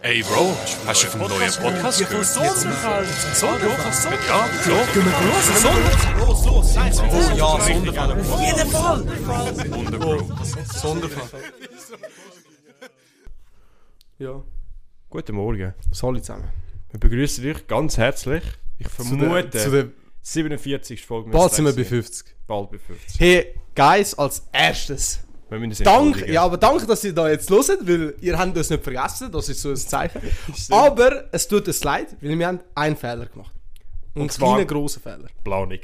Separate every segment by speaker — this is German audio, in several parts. Speaker 1: Ey, Bro, hast du vom neuen Podcast gehört? Sonderfall! Ja, klar. Gehen wir los, Sonderfall!
Speaker 2: Los, los, nein, oh, ja, Sonderfall.
Speaker 1: Auf
Speaker 2: jeden Fall.
Speaker 1: Wunderbro.
Speaker 2: Sonderfall.
Speaker 3: Ja.
Speaker 4: Guten Morgen.
Speaker 3: Sali zusammen.
Speaker 4: Wir begrüßen dich ganz herzlich. Ich
Speaker 3: Zu
Speaker 4: vermute,
Speaker 3: der, zu der,
Speaker 4: 47. Folge müsste
Speaker 3: bald
Speaker 4: es
Speaker 3: sind wir bei
Speaker 4: sein.
Speaker 3: 50.
Speaker 4: Bald bei 50.
Speaker 3: Hey, Guys, als erstes.
Speaker 4: Wir müssen es
Speaker 3: Danke,
Speaker 4: entschuldigen.
Speaker 3: ja, aber danke, dass ihr da jetzt hört, weil ihr habt uns nicht vergessen, das ist so ein Zeichen. aber es tut uns leid, weil wir haben einen Fehler gemacht. Und,
Speaker 4: zwar-
Speaker 3: zwar einen grossen Fehler.
Speaker 4: Planung.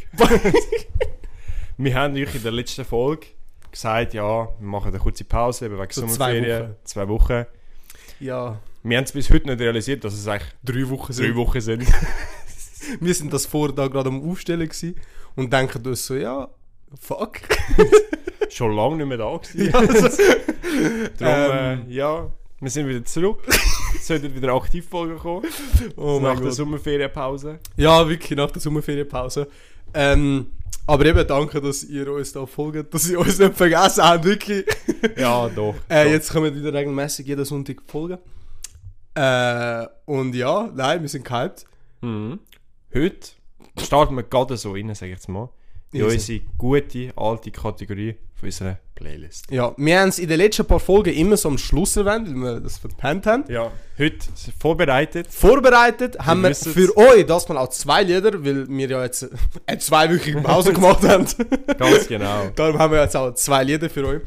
Speaker 4: wir haben euch in der letzten Folge gesagt, ja, wir machen eine kurze Pause, eben wegen
Speaker 3: So zwei
Speaker 4: Sommerferien. Zwei Wochen.
Speaker 3: Ja,
Speaker 4: Wir haben es bis heute nicht realisiert, dass es eigentlich
Speaker 3: drei Wochen
Speaker 4: drei
Speaker 3: sind.
Speaker 4: Wochen sind.
Speaker 3: Wir sind das Vortag gerade am Aufstellen gewesen und denken uns so, ja, fuck.
Speaker 4: Schon lange nicht mehr da gewesen.
Speaker 3: Ja, also,
Speaker 4: Darum,
Speaker 3: ähm.
Speaker 4: äh, ja, wir sind wieder zurück. Sollten wieder aktiv folgen kommen.
Speaker 3: oh
Speaker 4: nach
Speaker 3: mein
Speaker 4: der
Speaker 3: Gott.
Speaker 4: Sommerferienpause.
Speaker 3: Ja, wirklich, nach der Sommerferienpause. Ähm, aber eben danke, dass ihr uns da folgt, dass ihr uns nicht vergessen habt, wirklich.
Speaker 4: Ja, doch.
Speaker 3: Äh, jetzt kommen wieder regelmäßig jeden Sonntag Folgen. Äh, und ja, nein, wir sind gehypt.
Speaker 4: Mhm. Heute starten wir gerade so rein, sage ich jetzt mal, in
Speaker 3: Easy.
Speaker 4: unsere gute alte Kategorie von unserer Playlist.
Speaker 3: Ja, wir haben es in den letzten paar Folgen immer so am Schluss erwähnt, weil wir das verpennt haben.
Speaker 4: Ja, heute sind wir vorbereitet.
Speaker 3: Vorbereitet haben wir
Speaker 4: wissen's.
Speaker 3: für euch das mal auch zwei Lieder, weil wir ja jetzt äh, zwei Wochen Pause gemacht haben.
Speaker 4: Ganz genau.
Speaker 3: Darum haben wir jetzt auch zwei Lieder für euch.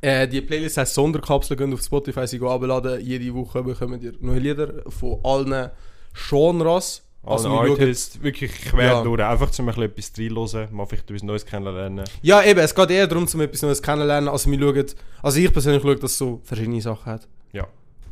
Speaker 3: Äh, die Playlist heißt Sonderkapsel, könnt ihr auf Spotify sie abladen. Jede Woche bekommt ihr neue Lieder von allen Genres.
Speaker 4: Also,
Speaker 3: wir schauen-
Speaker 4: Artists wirklich quer
Speaker 3: Ja.
Speaker 4: durch. Einfach zum ein bisschen etwas reinhören, mal vielleicht etwas Neues kennenlernen.
Speaker 3: Ja, eben, es geht eher darum, um etwas Neues kennenlernen. Also, wir schauen, also ich persönlich schaue, dass es so verschiedene Sachen hat.
Speaker 4: Ja.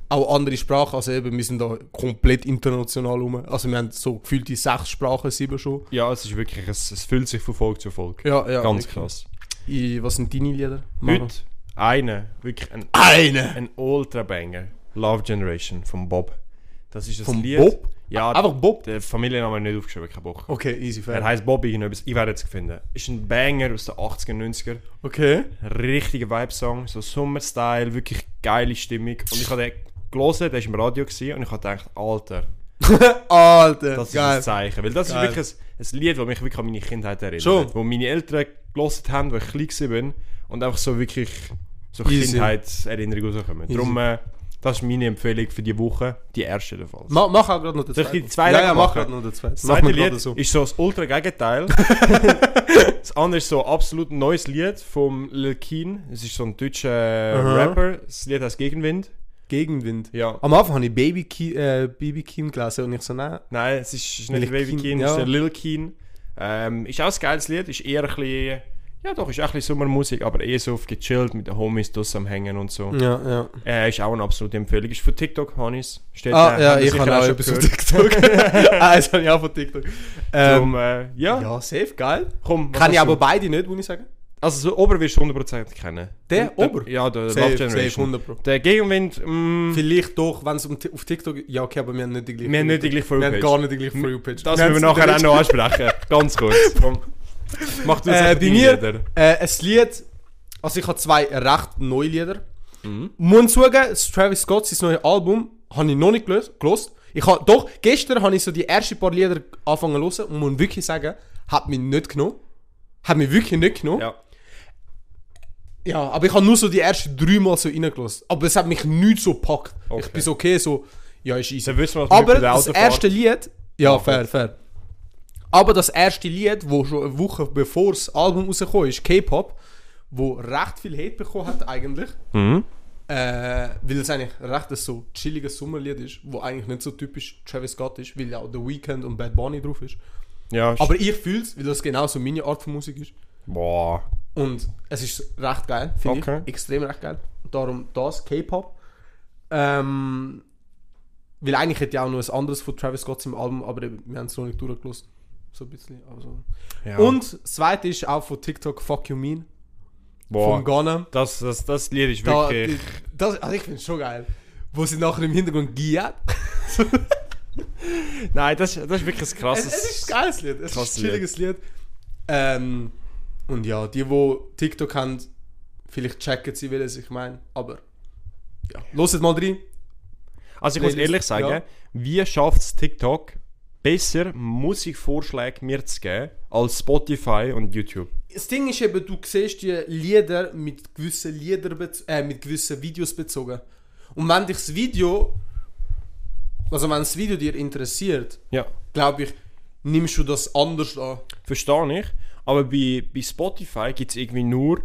Speaker 3: Auch andere Sprachen, also eben, wir sind da komplett international rum. Also, wir haben so gefühlte sechs Sprachen, sieben schon.
Speaker 4: Ja, es ist wirklich, es, es fühlt sich von Folge zu Folge.
Speaker 3: Ja, ja.
Speaker 4: Ganz
Speaker 3: wirklich.
Speaker 4: krass.
Speaker 3: I, was sind deine Lieder? Maro?
Speaker 4: Heute eine, wirklich ein,
Speaker 3: Eine!
Speaker 4: ein Ultra-Banger. Love Generation von Bob. Das ist das
Speaker 3: Vom
Speaker 4: Lied.
Speaker 3: Bob?
Speaker 4: Ja,
Speaker 3: Einfach Bob?
Speaker 4: der Familienname nicht aufgeschrieben, kein Bock.
Speaker 3: Okay, easy,
Speaker 4: Er
Speaker 3: fair.
Speaker 4: heißt Bobby irgendetwas. Ich werde jetzt gefunden. Ist ein Banger aus den 80er, 90er.
Speaker 3: Okay.
Speaker 4: Ein richtiger Vibe-Song, so Sommerstyle, wirklich geile Stimmung. Und ich habe den gelesen, der war im Radio gewesen, und ich habe gedacht, Alter,
Speaker 3: Alter,
Speaker 4: das
Speaker 3: geil.
Speaker 4: ist ein Zeichen. Weil das
Speaker 3: Geil.
Speaker 4: ist wirklich ein, ein Lied, das mich wirklich an meine Kindheit erinnert.
Speaker 3: Schon.
Speaker 4: Wo meine Eltern gelesen haben, als ich klein war und einfach so wirklich so
Speaker 3: Easy.
Speaker 4: Kindheitserinnerungen rauskommen.
Speaker 3: Easy.
Speaker 4: Darum, äh, das ist meine Empfehlung für die Woche, die erste davon.
Speaker 3: Ma mach auch gerade noch den
Speaker 4: Soll ich
Speaker 3: zweiten.
Speaker 4: die zwei
Speaker 3: ja,
Speaker 4: Lieder
Speaker 3: ja, mach
Speaker 4: machen?
Speaker 3: gerade noch den zweiten.
Speaker 4: Das
Speaker 3: Mach
Speaker 4: zweite
Speaker 3: mir
Speaker 4: Lied
Speaker 3: gerade so.
Speaker 4: ist so das Ultra-Gegenteil. das andere ist so ein absolut neues Lied vom Lil Keen. Es ist so ein deutscher
Speaker 3: Aha.
Speaker 4: Rapper. Das Lied heißt Gegenwind.
Speaker 3: Gegenwind.
Speaker 4: Ja.
Speaker 3: Am Anfang habe ich Baby Kim, äh, Baby Kim gelesen und ich so, nein.
Speaker 4: Nein, es ist, ist
Speaker 3: Lil
Speaker 4: nicht Baby
Speaker 3: Keen,
Speaker 4: Keen,
Speaker 3: ja.
Speaker 4: es ist der Lil Keen. Ähm, ist auch ein geiles Lied. Ist eher ein bisschen, ja doch, ist auch ein bisschen Sommermusik, aber eher so auf gechillt mit den Homies draussen am Hängen und so.
Speaker 3: Ja, ja.
Speaker 4: Äh, ist auch eine absolute Empfehlung. Ist von TikTok, Honis. Steht
Speaker 3: Ah,
Speaker 4: da,
Speaker 3: ja,
Speaker 4: habt ihr
Speaker 3: ich
Speaker 4: sicher
Speaker 3: habe auch
Speaker 4: schon
Speaker 3: etwas von
Speaker 4: gehört.
Speaker 3: TikTok. ah, das habe ich auch von TikTok. Ähm,
Speaker 4: Darum, äh, ja,
Speaker 3: ja, safe, geil.
Speaker 4: komm. was
Speaker 3: Kann ich
Speaker 4: hast du?
Speaker 3: aber beide nicht, muss ich sagen.
Speaker 4: Also, so Ober wirst du 100% kennen.
Speaker 3: Der Ober?
Speaker 4: Ja, der
Speaker 3: Safe,
Speaker 4: Love
Speaker 3: safe,
Speaker 4: Generation.
Speaker 3: 100 Pro.
Speaker 4: der Gegenwind, mm,
Speaker 3: Vielleicht doch, wenn es um, Ti- auf TikTok... Ja, okay, aber wir haben nicht die gleiche
Speaker 4: wir haben nicht die gleiche
Speaker 3: Wir
Speaker 4: Frühpage.
Speaker 3: haben gar nicht die gleiche Free-Page.
Speaker 4: Das müssen wir nachher auch noch ansprechen. Ganz kurz. Komm. Mach du
Speaker 3: Äh, bei
Speaker 4: einfach deine
Speaker 3: mir
Speaker 4: Lieder.
Speaker 3: äh, ein Lied... Also ich habe zwei recht neue Lieder.
Speaker 4: Mhm.
Speaker 3: Muss zugeben, das Travis Scott, sein neues Album, habe ich noch nicht gelöst, gelost. Ich habe, doch, gestern habe ich so die ersten paar Lieder angefangen zu hören und muss wirklich sagen, hat mich nicht genommen. Hat mich wirklich nicht genommen.
Speaker 4: Ja.
Speaker 3: Ja, aber ich habe nur so die ersten drei Mal so reingelassen. Aber es hat mich nicht so gepackt. Ich
Speaker 4: Okay.
Speaker 3: bin so okay, so, ja, ist easy.
Speaker 4: Dann wissen wir, was wir
Speaker 3: aber
Speaker 4: bei der
Speaker 3: das
Speaker 4: Autofahrt-
Speaker 3: erste Lied, ja,
Speaker 4: Machen.
Speaker 3: fair, fair. Aber das erste Lied, wo schon eine Woche bevor das Album rausgekommen ist, K-Pop, wo recht viel Hate bekommen hat eigentlich,
Speaker 4: Mhm.
Speaker 3: äh, weil es eigentlich recht ein so chilliges Sommerlied ist, wo eigentlich nicht so typisch Travis Scott ist, weil ja auch The Weeknd und Bad Bunny drauf ist.
Speaker 4: Ja,
Speaker 3: Aber ich fühle es, weil das genau so meine Art von Musik ist.
Speaker 4: Boah.
Speaker 3: Und es ist recht geil, finde
Speaker 4: Okay.
Speaker 3: ich. Extrem recht geil. Darum das, K-Pop. Ähm, weil eigentlich hätte ja auch noch ein anderes von Travis Scott im Album, aber eben, wir haben es noch nicht durchgelassen. So ein bisschen. Also.
Speaker 4: Ja.
Speaker 3: Und das zweite ist auch von TikTok Fuck You Mean
Speaker 4: Boah.
Speaker 3: von Ghana.
Speaker 4: Das, das, das Lied ist
Speaker 3: Da,
Speaker 4: wirklich.
Speaker 3: das, also ich finde es schon geil. Wo sie nachher im Hintergrund giert.
Speaker 4: Nein, das, das ist wirklich ein
Speaker 3: Es,
Speaker 4: krasses.
Speaker 3: es ist ein geiles Lied. Es ist ein
Speaker 4: krasses
Speaker 3: chilliges Lied. Ähm, und ja, die, die TikTok haben, vielleicht checken sie, welches ich meine. Aber ja, loset mal rein.
Speaker 4: Also ich muss
Speaker 3: Playlist,
Speaker 4: ehrlich sagen,
Speaker 3: ja.
Speaker 4: wie schafft es TikTok, besser Musikvorschläge mir zu geben, als Spotify und YouTube?
Speaker 3: Das Ding ist eben, du siehst die Lieder mit gewissen Lieder bez- äh, mit gewissen Videos bezogen. Und wenn dich das Video, also wenn das Video dir interessiert,
Speaker 4: Ja.
Speaker 3: glaube ich, nimmst du das anders an.
Speaker 4: Verstehe ich. Aber bei, bei Spotify gibt es irgendwie nur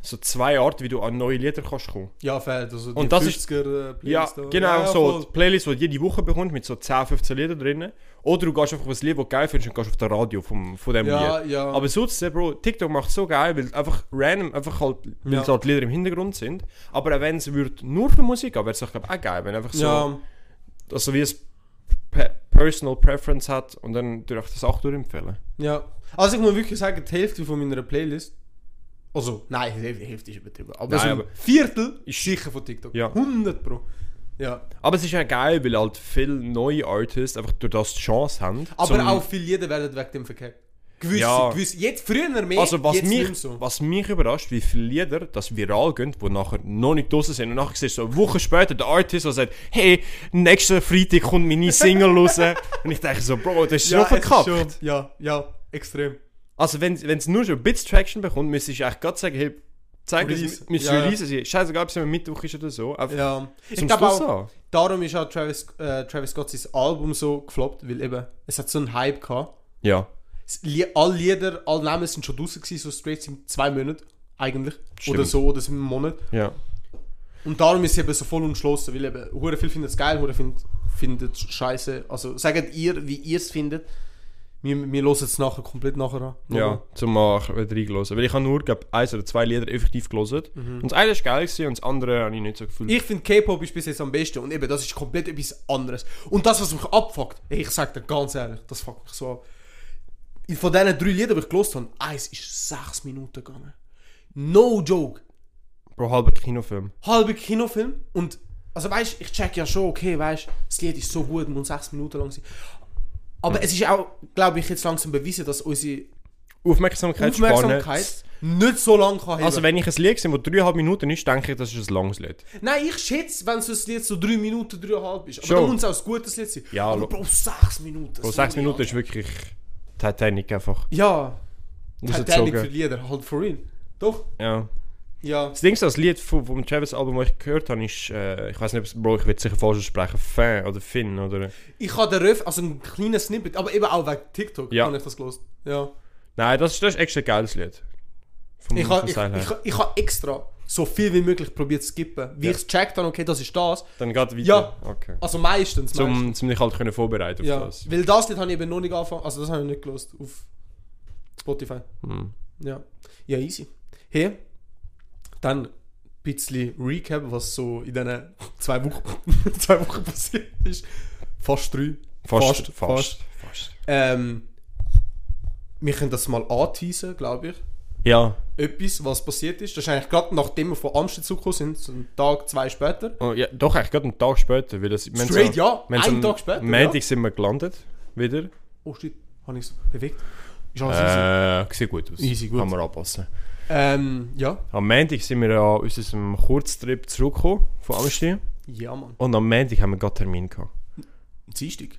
Speaker 4: so zwei Arten, wie du an neue Lieder kannst kommen.
Speaker 3: Ja, fällt. Also die
Speaker 4: Und das ist-
Speaker 3: 50er, äh,
Speaker 4: Ja,
Speaker 3: Playlist da.
Speaker 4: genau
Speaker 3: Ja, ja,
Speaker 4: so.
Speaker 3: voll.
Speaker 4: Die Playlist, die du jede Woche bekommst, mit so 10, 15 Liedern drinnen. Oder du gehst einfach auf ein Lied, das du geil findest und gehst auf das Radio vom, von dem
Speaker 3: Ja,
Speaker 4: Lied.
Speaker 3: ja.
Speaker 4: Aber sonst, äh, Bro, TikTok macht so geil, weil einfach random, einfach halt, weil
Speaker 3: Ja.
Speaker 4: es halt Lieder im Hintergrund sind. Aber auch wenn es würd nur für Musik gehen, wäre es auch, glaub, auch geil, wenn einfach so,
Speaker 3: Ja,
Speaker 4: also wie es Pe Personal Preference hat und dann würde ich das auch durchempfehlen.
Speaker 3: ja. Also ich muss wirklich sagen, die Hälfte von meiner Playlist. Also, nein, die Hälfte ist übertrieben. Aber
Speaker 4: Nein,
Speaker 3: so ein
Speaker 4: aber-
Speaker 3: Viertel ist sicher von TikTok.
Speaker 4: Ja.
Speaker 3: 100 Pro. Ja.
Speaker 4: Aber es ist ja geil, weil halt viele neue Artists einfach durch das die Chance haben.
Speaker 3: Aber
Speaker 4: zum-
Speaker 3: auch viele Lieder werden wegen dem verkehrt. Gewisse,
Speaker 4: Ja.
Speaker 3: gewisse. Jetzt früher mehr,
Speaker 4: Also was
Speaker 3: jetzt nicht mehr
Speaker 4: mich,
Speaker 3: so.
Speaker 4: was mich überrascht, wie viele Lieder das viral gehen, die nachher noch nicht draußen sind. Und nachher siehst du so eine Woche später den Artist, der sagt, hey, nächsten Freitag kommt meine Single raus. Und ich denke so, Bro, das ist so
Speaker 3: es ist
Speaker 4: verkackt.
Speaker 3: schon- Ja, ja, extrem.
Speaker 4: Also wenn es nur schon ein bisschen Traction bekommt, müsste ich eigentlich gerade sagen, hey, zeig
Speaker 3: Release.
Speaker 4: es, müssen
Speaker 3: Ja, ja.
Speaker 4: releasen sie. Scheißegal, ob es am Mittwoch ist oder so. Einfach
Speaker 3: Ja.
Speaker 4: zum
Speaker 3: glaub
Speaker 4: Schluss
Speaker 3: auch-
Speaker 4: an.
Speaker 3: Darum ist auch Travis, äh, Travis Scott sein Album so gefloppt, weil eben, es hat so einen Hype gehabt.
Speaker 4: Ja,
Speaker 3: Das Lie- Alle Lieder, alle Namen sind schon draußen gewesen, so straight in zwei Monaten eigentlich.
Speaker 4: Stimmt.
Speaker 3: Oder so, oder so einen Monat.
Speaker 4: ja.
Speaker 3: Und darum ist es eben so voll umschlossen, weil eben, hure viel findet es geil, hure viel findet es scheiße. Also sagt ihr, wie ihr es findet. Wir, wir hören es nachher komplett nachher an.
Speaker 4: Ja, zum mal reingelassen. Weil ich habe nur, glaube eins oder zwei Lieder effektiv gelesen. Und das eine war geil gewesen und das andere habe ich nicht so gefühlt.
Speaker 3: Mhm. Ich finde K-Pop ist bis jetzt am besten und eben das ist komplett etwas anderes. Und das, was mich abfuckt, ey, ich sag dir ganz ehrlich, das fuckt mich so ab. Von diesen drei Liedern, die ich gelost habe, eins ist sechs Minuten gegangen. No joke.
Speaker 4: Bro, halber Kinofilm.
Speaker 3: Halber Kinofilm und, also weißt ich check ja schon, okay, weißt das Lied ist so gut, muss sechs Minuten lang sein. Aber es ist auch, glaube ich, jetzt langsam bewiesen, dass unsere
Speaker 4: Aufmerksamkeitsspanne.
Speaker 3: Aufmerksamkeit nicht so lange kann heben.
Speaker 4: Also wenn ich ein Lied sehe, das dreieinhalb Minuten ist, denke ich, das ist ein langes Lied.
Speaker 3: Nein, ich schätze, wenn so ein Lied so 3 Minuten, 3,5 ist. Aber
Speaker 4: Schon.
Speaker 3: dann muss es auch ein gutes Lied sein.
Speaker 4: Ja, lo-
Speaker 3: Aber Bro, 6 Minuten.
Speaker 4: Bro,
Speaker 3: sorry,
Speaker 4: sechs Minuten
Speaker 3: Alter.
Speaker 4: ist wirklich Titanic einfach.
Speaker 3: Ja, Titanic für
Speaker 4: rausgezogen.
Speaker 3: Lieder, halt for real. Doch?
Speaker 4: Ja.
Speaker 3: Ja.
Speaker 4: Das Ding ist, das Lied vom, vom Travis Album, das ich gehört habe, ist, äh, ich weiß nicht, ob es- Bro, ich würde sicher falsch sprechen, Fan oder Finn oder...
Speaker 3: Ich habe den Ref, also ein kleines Snippet, aber eben auch wegen TikTok
Speaker 4: Ja.
Speaker 3: habe ich das gelesen. Ja.
Speaker 4: Nein, das, ist- das ist echt ein geiles Lied. Vom,
Speaker 3: Ich
Speaker 4: vom
Speaker 3: habe ich,
Speaker 4: Style her.
Speaker 3: ich, ich hab extra so viel wie möglich probiert zu skippen. Wie
Speaker 4: Ja.
Speaker 3: ich es gecheckt habe, okay, das ist das.
Speaker 4: Dann geht weiter.
Speaker 3: Ja.
Speaker 4: Okay.
Speaker 3: Also meistens. meistens.
Speaker 4: Zum, zum dich halt können vorbereiten auf
Speaker 3: Ja.
Speaker 4: das.
Speaker 3: Weil das Lied habe ich eben noch nicht angefangen, also das habe ich nicht gelesen auf Spotify.
Speaker 4: Hm.
Speaker 3: Ja, ja easy. Hey, dann ein bisschen Recap, was so in diesen zwei Wochen, zwei Wochen passiert ist. Fast drei.
Speaker 4: Fast, fast,
Speaker 3: Fast,
Speaker 4: fast.
Speaker 3: Ähm, wir können das mal anteasen, glaube ich.
Speaker 4: Ja.
Speaker 3: Etwas, was passiert ist. Das ist eigentlich gerade nachdem wir von Amsterdam zurückgekommen sind, so einen Tag, zwei später.
Speaker 4: Oh, ja, doch, eigentlich gerade einen Tag später. Weil das, wir haben
Speaker 3: Straight,
Speaker 4: so-
Speaker 3: ja,
Speaker 4: wir haben so
Speaker 3: einen
Speaker 4: am
Speaker 3: Tag später, ja.
Speaker 4: Montag sind wir gelandet, wieder.
Speaker 3: Oh shit, habe ich es bewegt. Ist alles easy.
Speaker 4: Äh, sieht gut aus.
Speaker 3: Easy, gut.
Speaker 4: Kann man anpassen.
Speaker 3: Ähm, ja.
Speaker 4: Am Montag sind wir an unserem Kurztrip zurückgekommen von Amsterdam.
Speaker 3: Ja, Mann.
Speaker 4: Und am Montag haben wir gerade Termin gehabt.
Speaker 3: Dienstag. Wir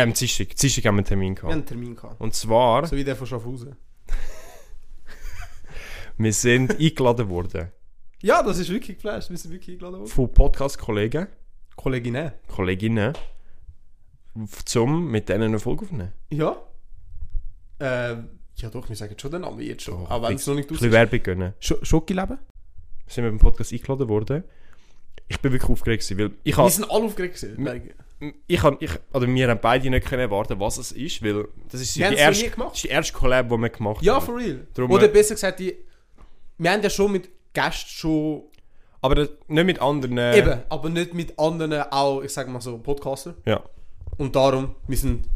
Speaker 4: Ähm, Dienstag. Dienstag haben wir einen Termin
Speaker 3: haben
Speaker 4: gehabt.
Speaker 3: einen Termin gehabt.
Speaker 4: Und zwar,
Speaker 3: So wie der von Schaffhausen.
Speaker 4: wir sind eingeladen worden
Speaker 3: Ja, das ist wirklich geflasht. Wir sind wirklich eingeladen worden.
Speaker 4: von Podcast-Kollegen,
Speaker 3: Kolleginnen.
Speaker 4: Kolleginnen, zum mit denen eine Folge aufnehmen.
Speaker 3: Ja. Ähm, ja doch, wir sagen schon den Namen jetzt schon.
Speaker 4: Oh,
Speaker 3: aber wenn es noch nicht
Speaker 4: Ein
Speaker 3: aus
Speaker 4: bisschen Werbung gönnen.
Speaker 3: Sch Schokoleben?
Speaker 4: Sind wir beim Podcast eingeladen worden. Ich bin wirklich aufgeregt gewesen, weil
Speaker 3: Wir
Speaker 4: ich habe...
Speaker 3: sind alle aufgeregt gewesen. Nein,
Speaker 4: ich hab, ich, oder wir haben beide nicht können erwarten, was es ist, weil das ist, die
Speaker 3: Wir haben's noch
Speaker 4: erste,
Speaker 3: nie gemacht.
Speaker 4: das ist die erste Collab, die wir gemacht
Speaker 3: Ja,
Speaker 4: haben.
Speaker 3: for real.
Speaker 4: Drum- äh,
Speaker 3: Oder besser gesagt, die, wir haben ja schon mit Gästen schon...
Speaker 4: Aber das, nicht mit anderen.
Speaker 3: Eben, aber nicht mit anderen auch, ich sag mal so, Podcaster.
Speaker 4: Ja.
Speaker 3: Und darum, wir sind,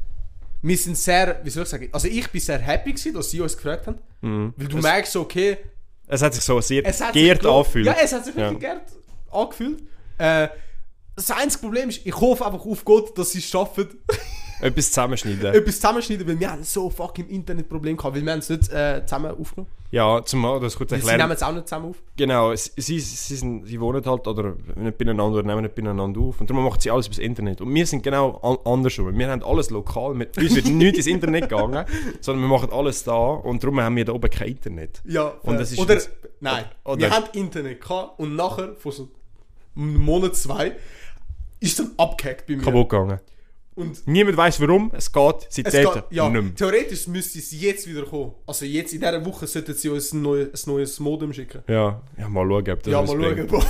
Speaker 3: wir sind sehr, wie soll ich sagen, also ich bin sehr happy gewesen, dass sie uns gefragt haben.
Speaker 4: Mhm.
Speaker 3: Weil du merkst so, okay,
Speaker 4: Es hat sich so sehr
Speaker 3: es hat
Speaker 4: geirrt
Speaker 3: sich,
Speaker 4: angefühlt.
Speaker 3: Ja, es hat sich wirklich geirrt angefühlt. Äh, das einzige Problem ist, ich hoffe einfach auf Gott, dass sie es schaffen.
Speaker 4: Etwas zusammenschneiden.
Speaker 3: etwas zusammenschneiden, weil wir haben so fucking Internetprobleme gehabt, weil wir haben es nicht äh, zusammen aufgenommen.
Speaker 4: Ja, zumal das kurz
Speaker 3: Weil Sie nehmen
Speaker 4: erklären.
Speaker 3: es auch nicht zusammen auf.
Speaker 4: Genau, s- sie, sie, sind, sie wohnen halt oder nicht beieinander oder nehmen nicht beieinander auf. Und darum machen sie alles übers Internet. Und wir sind genau an, andersrum. Wir haben alles lokal. Mit uns wird nichts ins Internet gegangen, sondern wir machen alles da. Und darum haben wir da oben kein Internet.
Speaker 3: Ja,
Speaker 4: Und das ist
Speaker 3: oder,
Speaker 4: jetzt-
Speaker 3: nein,
Speaker 4: oder-
Speaker 3: wir haben Internet gehabt und nachher, vor so einem Monat, zwei, ist es dann abgehackt bei mir.
Speaker 4: Kaputt gegangen.
Speaker 3: Und
Speaker 4: Niemand weiß warum. Es geht seit
Speaker 3: es
Speaker 4: Taten
Speaker 3: geht, ja,
Speaker 4: nicht mehr.
Speaker 3: theoretisch müsste es jetzt wieder kommen. Also jetzt in dieser Woche sollten sie uns ein neues, ein neues Modem schicken.
Speaker 4: Ja, ja, mal schauen, ob das
Speaker 3: ja,
Speaker 4: was
Speaker 3: mal
Speaker 4: bringt.
Speaker 3: schauen, Bro.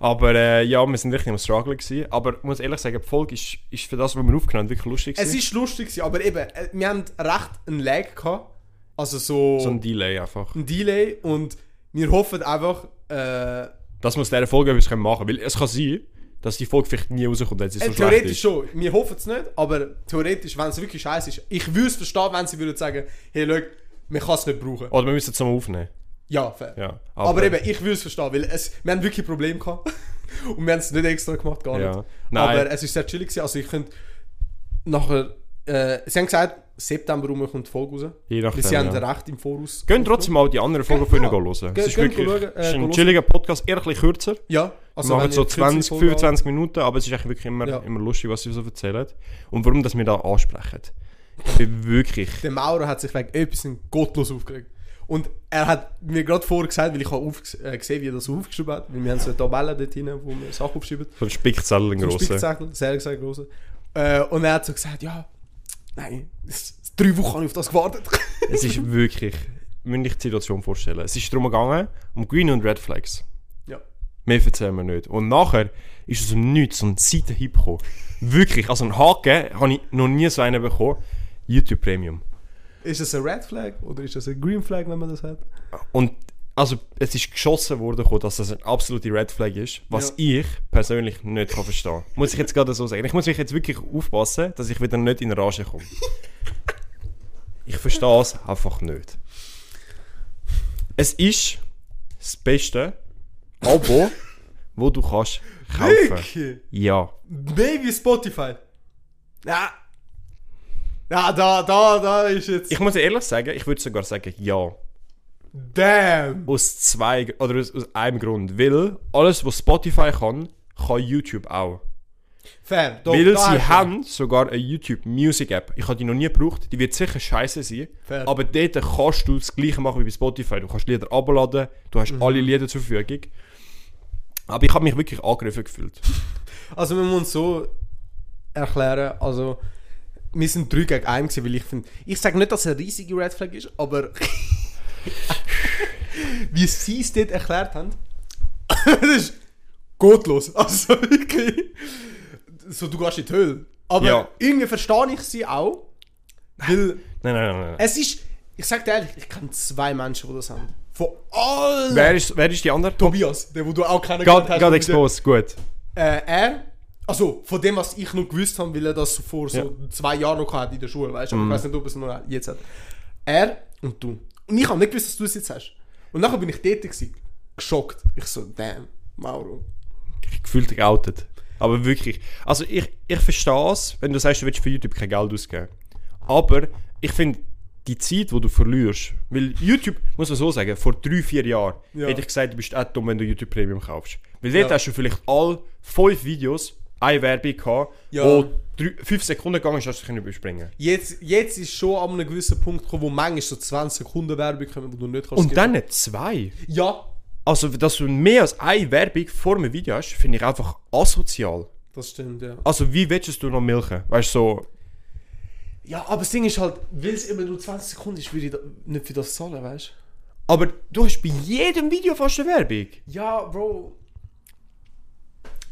Speaker 4: Aber äh, ja, wir sind richtig am Struggle gewesen. Aber ich muss ehrlich sagen, die Folge ist, ist für das, was wir aufgenommen haben, wirklich lustig
Speaker 3: Es
Speaker 4: gewesen.
Speaker 3: ist lustig, gewesen, aber eben, äh, wir haben recht einen Lag gehabt. Also so,
Speaker 4: so ein
Speaker 3: ein
Speaker 4: Delay einfach.
Speaker 3: Delay und wir hoffen einfach, äh,
Speaker 4: Dass wir aus dieser Folge etwas können machen können. Weil es kann sein, dass die Folge vielleicht nie rauskommt, wenn sie so
Speaker 3: Äh,
Speaker 4: schlecht
Speaker 3: theoretisch
Speaker 4: ist.
Speaker 3: schon. Wir hoffen es nicht, aber theoretisch, wenn es wirklich scheiße ist, ich würde es verstehen, wenn sie würden sagen, hey, schau, man kann es nicht brauchen.
Speaker 4: Oder wir müssen es zusammen aufnehmen.
Speaker 3: Ja, fair.
Speaker 4: Ja,
Speaker 3: aber, eben, ich würde es verstehen, weil es, wir haben wirklich Probleme gehabt. Und wir haben es nicht extra gemacht, gar
Speaker 4: Ja.
Speaker 3: nicht.
Speaker 4: Nein.
Speaker 3: Aber äh, es ist sehr chillig gewesen. Also ich könnte nachher... Äh, sie haben gesagt, September rum kommt die Folge raus.
Speaker 4: Je
Speaker 3: Weil
Speaker 4: nachdem,
Speaker 3: sie haben
Speaker 4: ja.
Speaker 3: recht im Voraus.
Speaker 4: Gehen trotzdem mal die anderen Folgen
Speaker 3: Ja,
Speaker 4: von ihnen
Speaker 3: ja.
Speaker 4: hören.
Speaker 3: Geh-
Speaker 4: Es ist
Speaker 3: geh
Speaker 4: wirklich
Speaker 3: schauen, äh,
Speaker 4: es ist ein
Speaker 3: hören.
Speaker 4: chilliger Podcast, eher ein bisschen kürzer.
Speaker 3: Ja. also
Speaker 4: Wir machen
Speaker 3: wenn
Speaker 4: so
Speaker 3: ihr kürzere
Speaker 4: 20,
Speaker 3: Folge
Speaker 4: 25 Minuten, aber es ist eigentlich wirklich immer,
Speaker 3: Ja.
Speaker 4: immer lustig, was sie so erzählen. Und warum, dass wir da ansprechen. Ich bin wirklich...
Speaker 3: der Maurer hat sich wegen etwas in gottlos aufgeregt. Und er hat mir gerade vorher gesagt, weil ich habe aufges- äh, gesehen, wie er das aufgeschrieben hat, weil wir haben so eine Tabelle dort hinten, wo wir Sachen aufschreiben.
Speaker 4: So ein Spickzettel, ein
Speaker 3: Zum
Speaker 4: grosser.
Speaker 3: Spickzettel, sehr gesagt, große. Äh, und er hat so gesagt, ja, nein, es- es- drei Wochen habe ich auf das gewartet.
Speaker 4: Es ist wirklich... Müsst ich die Situation vorstellen. Es ist darum gegangen, um Green und Red Flags.
Speaker 3: ja.
Speaker 4: Mehr erzählen wir nicht. Und nachher ist aus dem Nichts so ein Seitenhieb gekommen. Wirklich, also einen Haken habe ich noch nie so einen bekommen. YouTube Premium.
Speaker 3: Ist das ein Red Flag oder ist das ein Green Flag, wenn man das hat?
Speaker 4: Und also, es ist geschossen worden, gekommen, dass das eine absolute Red Flag ist, was ich persönlich nicht kann verstehen kann. Muss ich jetzt gerade so sagen. Ich muss mich jetzt wirklich aufpassen, dass ich wieder nicht in Rage komme. Ich verstehe es einfach nicht. Es ist das beste Abo, wo du kannst kaufen.
Speaker 3: Wirklich?
Speaker 4: Ja.
Speaker 3: Baby Spotify. Ja. Ja, da, da, da ist jetzt.
Speaker 4: Ich muss ehrlich sagen, ich würde sogar sagen, ja.
Speaker 3: Damn.
Speaker 4: Aus zwei, Gr- oder aus, aus einem Grund. Weil alles, was Spotify kann, kann YouTube auch.
Speaker 3: Fair. Doch,
Speaker 4: Weil
Speaker 3: Oh, da
Speaker 4: sie
Speaker 3: hast du-
Speaker 4: haben sogar eine YouTube Music App. Ich habe die noch nie gebraucht. Die wird sicher scheiße sein.
Speaker 3: Fair.
Speaker 4: Aber dort kannst du das gleiche machen wie bei Spotify. Du kannst Lieder abladen, du
Speaker 3: Mhm.
Speaker 4: hast alle Lieder zur Verfügung. Aber ich habe mich wirklich angegriffen gefühlt.
Speaker 3: Also man muss so erklären, also wir sind 3 gegen 1 gewesen, weil ich finde, ich sage nicht, dass es eine riesige Red Flag ist, aber wie sie es dort erklärt haben, das ist gottlos, also wirklich. So, du gehst in die Hölle. Aber
Speaker 4: Ja.
Speaker 3: irgendwie verstehe ich sie auch, weil
Speaker 4: Nein, nein, nein, nein. nein.
Speaker 3: es ist, ich sage dir ehrlich, ich kenne zwei Menschen, die das haben. Von allen!
Speaker 4: Wer ist, wer ist die andere?
Speaker 3: Tobias, der, wo du auch kennengelernt
Speaker 4: God, God Exposed, gut.
Speaker 3: äh, er, also von dem, was ich noch gewusst habe, weil er das vor so
Speaker 4: Ja. Mhm.
Speaker 3: zwei Jahren noch hatte in der Schule, weißt du, aber ich weiß nicht, ob er es noch jetzt hat. Er und du. Und ich habe nicht gewusst, dass du es jetzt hast. Und nachher bin ich dort gewesen, geschockt. Ich so, damn, Mauro.
Speaker 4: gefühlt geoutet. Aber wirklich. Also ich, ich verstehe es, wenn du sagst, du willst für YouTube kein Geld ausgeben. Aber ich finde, die Zeit, die du verlierst, weil YouTube, muss man so sagen, vor drei, vier Jahren
Speaker 3: Ja.
Speaker 4: hätte ich gesagt, du bist auch dumm, wenn du YouTube Premium kaufst. Weil dort
Speaker 3: Ja.
Speaker 4: hast du vielleicht alle fünf Videos eine Werbung gehabt,
Speaker 3: Ja.
Speaker 4: wo drei, fünf Sekunden gegangen ist, hast du dich überspringen
Speaker 3: Jetzt, jetzt ist schon an einem gewissen Punkt gekommen, wo manchmal so 20 Sekunden Werbung kommen, wo du nicht kannst.
Speaker 4: Und
Speaker 3: skippen.
Speaker 4: dann zwei.
Speaker 3: Ja,
Speaker 4: Also, dass du mehr als eine Werbung vor einem Video hast, finde ich einfach asozial.
Speaker 3: das stimmt, ja.
Speaker 4: Also, wie willst du noch milchen? Weißt du, so,
Speaker 3: Ja, aber das Ding ist halt, weil es immer nur 20 Sekunden ist, würde ich da, nicht für das zahlen, weißt du?
Speaker 4: Aber du hast bei jedem Video fast eine Werbung.
Speaker 3: Ja, Bro.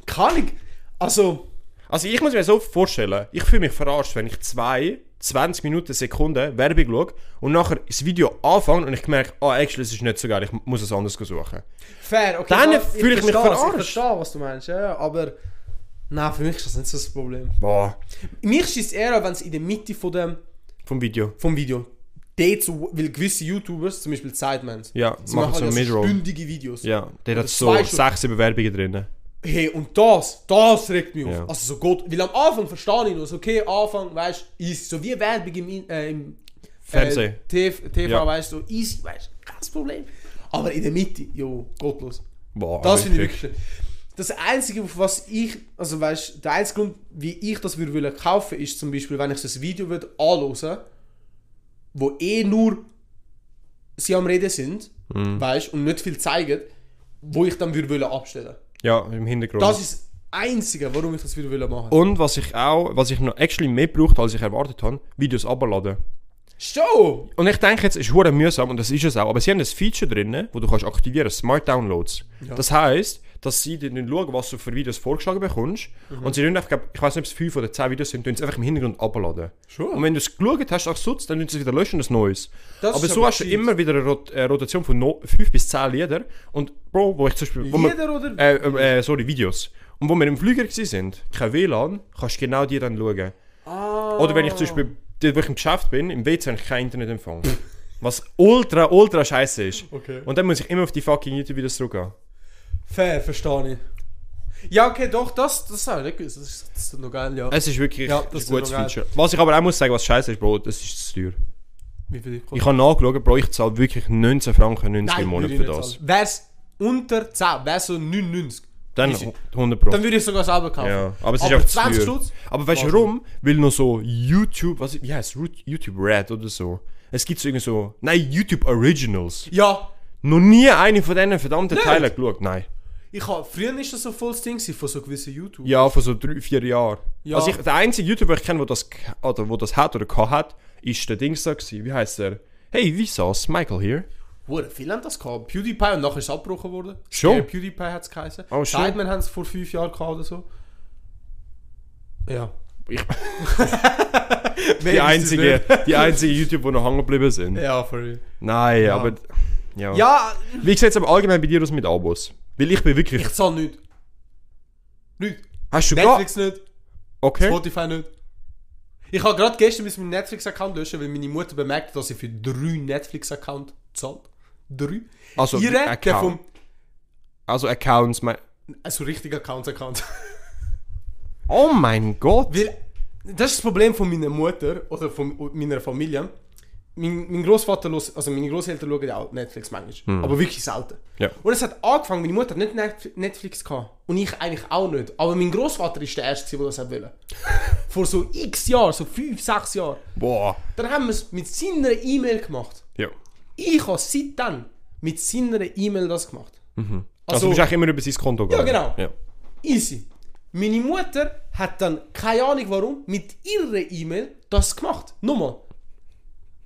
Speaker 3: Kann ich. Also.
Speaker 4: Also ich muss mir so vorstellen, ich fühle mich verarscht, wenn ich zwei 20 Minuten, Sekunden Werbung schaue und nachher das Video anfange und ich merke, ah, actually, es ist nicht so geil, ich muss es anders suchen.
Speaker 3: Fair, okay.
Speaker 4: Dann
Speaker 3: ja,
Speaker 4: fühle ich mich
Speaker 3: verstehe es,
Speaker 4: verarscht.
Speaker 3: Ich verstehe, was du meinst, ja, ja, aber... Nein, für mich ist das nicht so das Problem.
Speaker 4: Boah.
Speaker 3: Mich schießt eher an, wenn es in der Mitte von dem,
Speaker 4: Vom Video.
Speaker 3: vom Video... Dort so, weil gewisse YouTubers, zum Beispiel Sidemans,
Speaker 4: Ja,
Speaker 3: sie
Speaker 4: machen
Speaker 3: machen
Speaker 4: so
Speaker 3: ja
Speaker 4: Midroll.
Speaker 3: stündige Videos.
Speaker 4: Ja, der hat
Speaker 3: Das
Speaker 4: so
Speaker 3: zwei Stunden.
Speaker 4: sechs Bewerbungen drin.
Speaker 3: Hey, und das, das regt mich auf.
Speaker 4: Ja.
Speaker 3: Also so gut, weil am Anfang verstehe ich das, okay, Anfang, weißt du, easy. So wie Werbung im, In- äh, im
Speaker 4: Fernsehen.
Speaker 3: Äh, TV, TV
Speaker 4: Ja.
Speaker 3: weißt du, so easy, weißt du, kein Problem. Aber in der Mitte, jo, gottlos.
Speaker 4: Boah,
Speaker 3: Ah, Das finde ich wirklich. Das Einzige, auf was ich, also weißt, der einzige Grund, wie ich das würde wollen kaufen, ist zum Beispiel, wenn ich so ein Video würde anhören, wo eh nur sie am Reden sind, weißt, und nicht viel zeigen, wo ich dann würde wollen abstellen.
Speaker 4: Ja, im Hintergrund.
Speaker 3: Das ist das Einzige, warum ich das wieder wollen machen.
Speaker 4: und was ich auch, was ich noch actually mehr braucht, als ich erwartet habe, Videos abladen.
Speaker 3: Show!
Speaker 4: Und ich denke jetzt, es ist hure mühsam und das ist es auch, aber sie haben ein Feature drin, wo du kannst aktivieren, Smart Downloads. Das heißt, dass sie dir dann schauen, was du für Videos vorgeschlagen bekommst
Speaker 3: Mhm.
Speaker 4: und sie tun einfach, glaub- ich weiß nicht, ob es 5 oder 10 Videos sind, tun sie einfach im Hintergrund abladen.
Speaker 3: Schon?
Speaker 4: Und wenn du es geschaut hast, auch Sutz, dann tun sie es wieder löschen und ein neues.
Speaker 3: Das
Speaker 4: aber
Speaker 3: ist
Speaker 4: so
Speaker 3: aber
Speaker 4: hast du
Speaker 3: gescheit.
Speaker 4: immer wieder eine Rot äh, Rotation von no 5 bis 10 Lieder und Bro, wo ich zum Beispiel... Wo wir-
Speaker 3: Lieder oder-
Speaker 4: Äh, äh, äh, sorry, Videos. Und wo wir im Flüger gewesen sind, kein WLAN, kannst du genau die dann schauen. Oder wenn ich zum Beispiel, dort wo ich im Geschäft bin, im WC habe ich keinen Internetempfang. Was ultra, ultra scheiße ist.
Speaker 3: Okay.
Speaker 4: Und dann muss ich immer auf die fucking YouTube-Videos zurückgehen.
Speaker 3: Fair, verstehe ich. Ja, okay, doch, das, das habe ich nicht gewusst. Das ist, das ist noch geil, ja.
Speaker 4: Es ist wirklich
Speaker 3: Ja,
Speaker 4: ein
Speaker 3: das ist
Speaker 4: gutes
Speaker 3: noch geil.
Speaker 4: Feature. Was ich aber auch muss sagen, was scheiße ist, Bro, das ist zu teuer.
Speaker 3: Wie viel kostet
Speaker 4: Ich habe nachgeschaut, Bro, ich zahle wirklich 19 Franken 90 im Monat
Speaker 3: würde ich
Speaker 4: für
Speaker 3: nicht
Speaker 4: das.
Speaker 3: zahlen. Wär's unter 10, wär's so 99.
Speaker 4: Dann
Speaker 3: Easy.
Speaker 4: 100 Pro.
Speaker 3: Dann würde ich sogar selber kaufen.
Speaker 4: ja, aber es ist einfach zu
Speaker 3: 20
Speaker 4: teuer.
Speaker 3: Stutz?
Speaker 4: Aber weißt du
Speaker 3: Wahnsinn.
Speaker 4: warum? Weil noch so YouTube, was, wie heißt YouTube Red oder so. Es gibt so irgendwie so, nein, YouTube Originals.
Speaker 3: Ja.
Speaker 4: Noch nie eine von diesen verdammten Teilen geschaut, nein.
Speaker 3: Ich hab, früher ist das so voll das Ding gewesen von so gewissen YouTube.
Speaker 4: Ja, vor so drei, vier Jahren.
Speaker 3: Ja.
Speaker 4: Also ich, der einzige YouTuber, den ich kenne, der das, k- oder, wo das hat oder gehabt hat, ist der Dings da gewesen. Wie heißt der? Hey, wie saß Michael hier?
Speaker 3: Wurde, viele haben das gehabt. PewDiePie und nachher ist es abgebrochen worden.
Speaker 4: Schon?
Speaker 3: Ja, PewDiePie hat es geheißen.
Speaker 4: Oh, schon.
Speaker 3: Sidemen haben es vor 5 Jahren gehabt oder so. Ja.
Speaker 4: Ich-
Speaker 3: Wer ist
Speaker 4: Die
Speaker 3: das
Speaker 4: einzige,
Speaker 3: nicht?
Speaker 4: die einzige YouTuber, die noch hängen geblieben sind.
Speaker 3: Ja, for real.
Speaker 4: Nein, aber... Ja.
Speaker 3: Ja,
Speaker 4: Wie sieht es aber allgemein bei dir aus mit Abos? Weil ich bin wirklich...
Speaker 3: ich zahle nichts. Nicht.
Speaker 4: hast du gar...
Speaker 3: Netflix nicht.
Speaker 4: Okay.
Speaker 3: Spotify nicht. Ich habe gerade gestern müssen meinen Netflix-Account löschen, weil meine Mutter bemerkt, hat, dass ich für drei Netflix-Account zahle. Drei.
Speaker 4: Also,
Speaker 3: Ihre, der
Speaker 4: Account.
Speaker 3: vom...
Speaker 4: Also Accounts, mein...
Speaker 3: Also richtig Account-Account.
Speaker 4: Oh mein Gott!
Speaker 3: Weil, das ist das Problem von meiner Mutter oder von meiner Familie. Mein, mein Großvater los, also meine Großeltern schauen ja auch Netflix manchmal, aber wirklich selten.
Speaker 4: Hm. Ja.
Speaker 3: Und es hat angefangen, meine Mutter hat nicht Netf- Netflix gehabt und ich eigentlich auch nicht. Aber mein Großvater ist der erste, der das hat wollte. Vor so x Jahren, so 5, 6 Jahren.
Speaker 4: Boah.
Speaker 3: Dann haben wir es mit seiner E-Mail gemacht.
Speaker 4: Ja. Also,
Speaker 3: Ich habe seitdem mit seiner E-Mail das gemacht.
Speaker 4: Also, du bist eigentlich immer über sein Konto gegangen.
Speaker 3: genau.
Speaker 4: Ja.
Speaker 3: Easy. Meine Mutter hat dann, keine Ahnung warum, mit ihrer E-Mail das gemacht. Nochmal.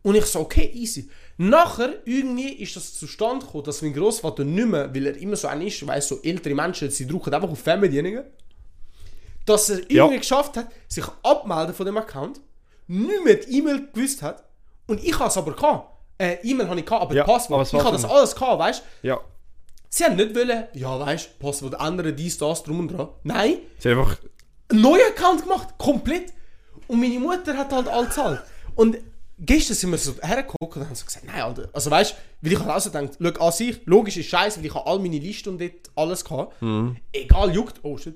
Speaker 3: Und ich so, okay, easy. Nachher, irgendwie ist das zustande gekommen, dass mein Großvater nicht mehr, weil er immer so ein ist, weiss, so ältere Menschen, sie drücken einfach auf Fernbedienungen, dass er irgendwie geschafft hat, sich abmelden von dem Account, nicht mehr die E-Mail gewusst hat und ich habe es aber gehabt. Äh, E-Mail habe ich gehabt, aber
Speaker 4: Ja, aber
Speaker 3: Passwort,
Speaker 4: das
Speaker 3: ich habe das
Speaker 4: Passwort.
Speaker 3: alles gehabt, weißt
Speaker 4: Ja.
Speaker 3: Sie haben nicht wollen, ja weißt du, Passwort ändern, dies, das, drum und dran. Nein,
Speaker 4: Sie haben einfach...
Speaker 3: einen neuen Account gemacht, komplett. Und meine Mutter hat halt alles gezahlt. Und gestern sind wir so hergeguckt und haben so gesagt, nein, Alter. Also weißt du, weil ich halt auch so gedacht, schau, an sich, logisch ist scheiße, weil ich habe all meine Liste und dort alles gehabt. Egal, juckt, oh shit.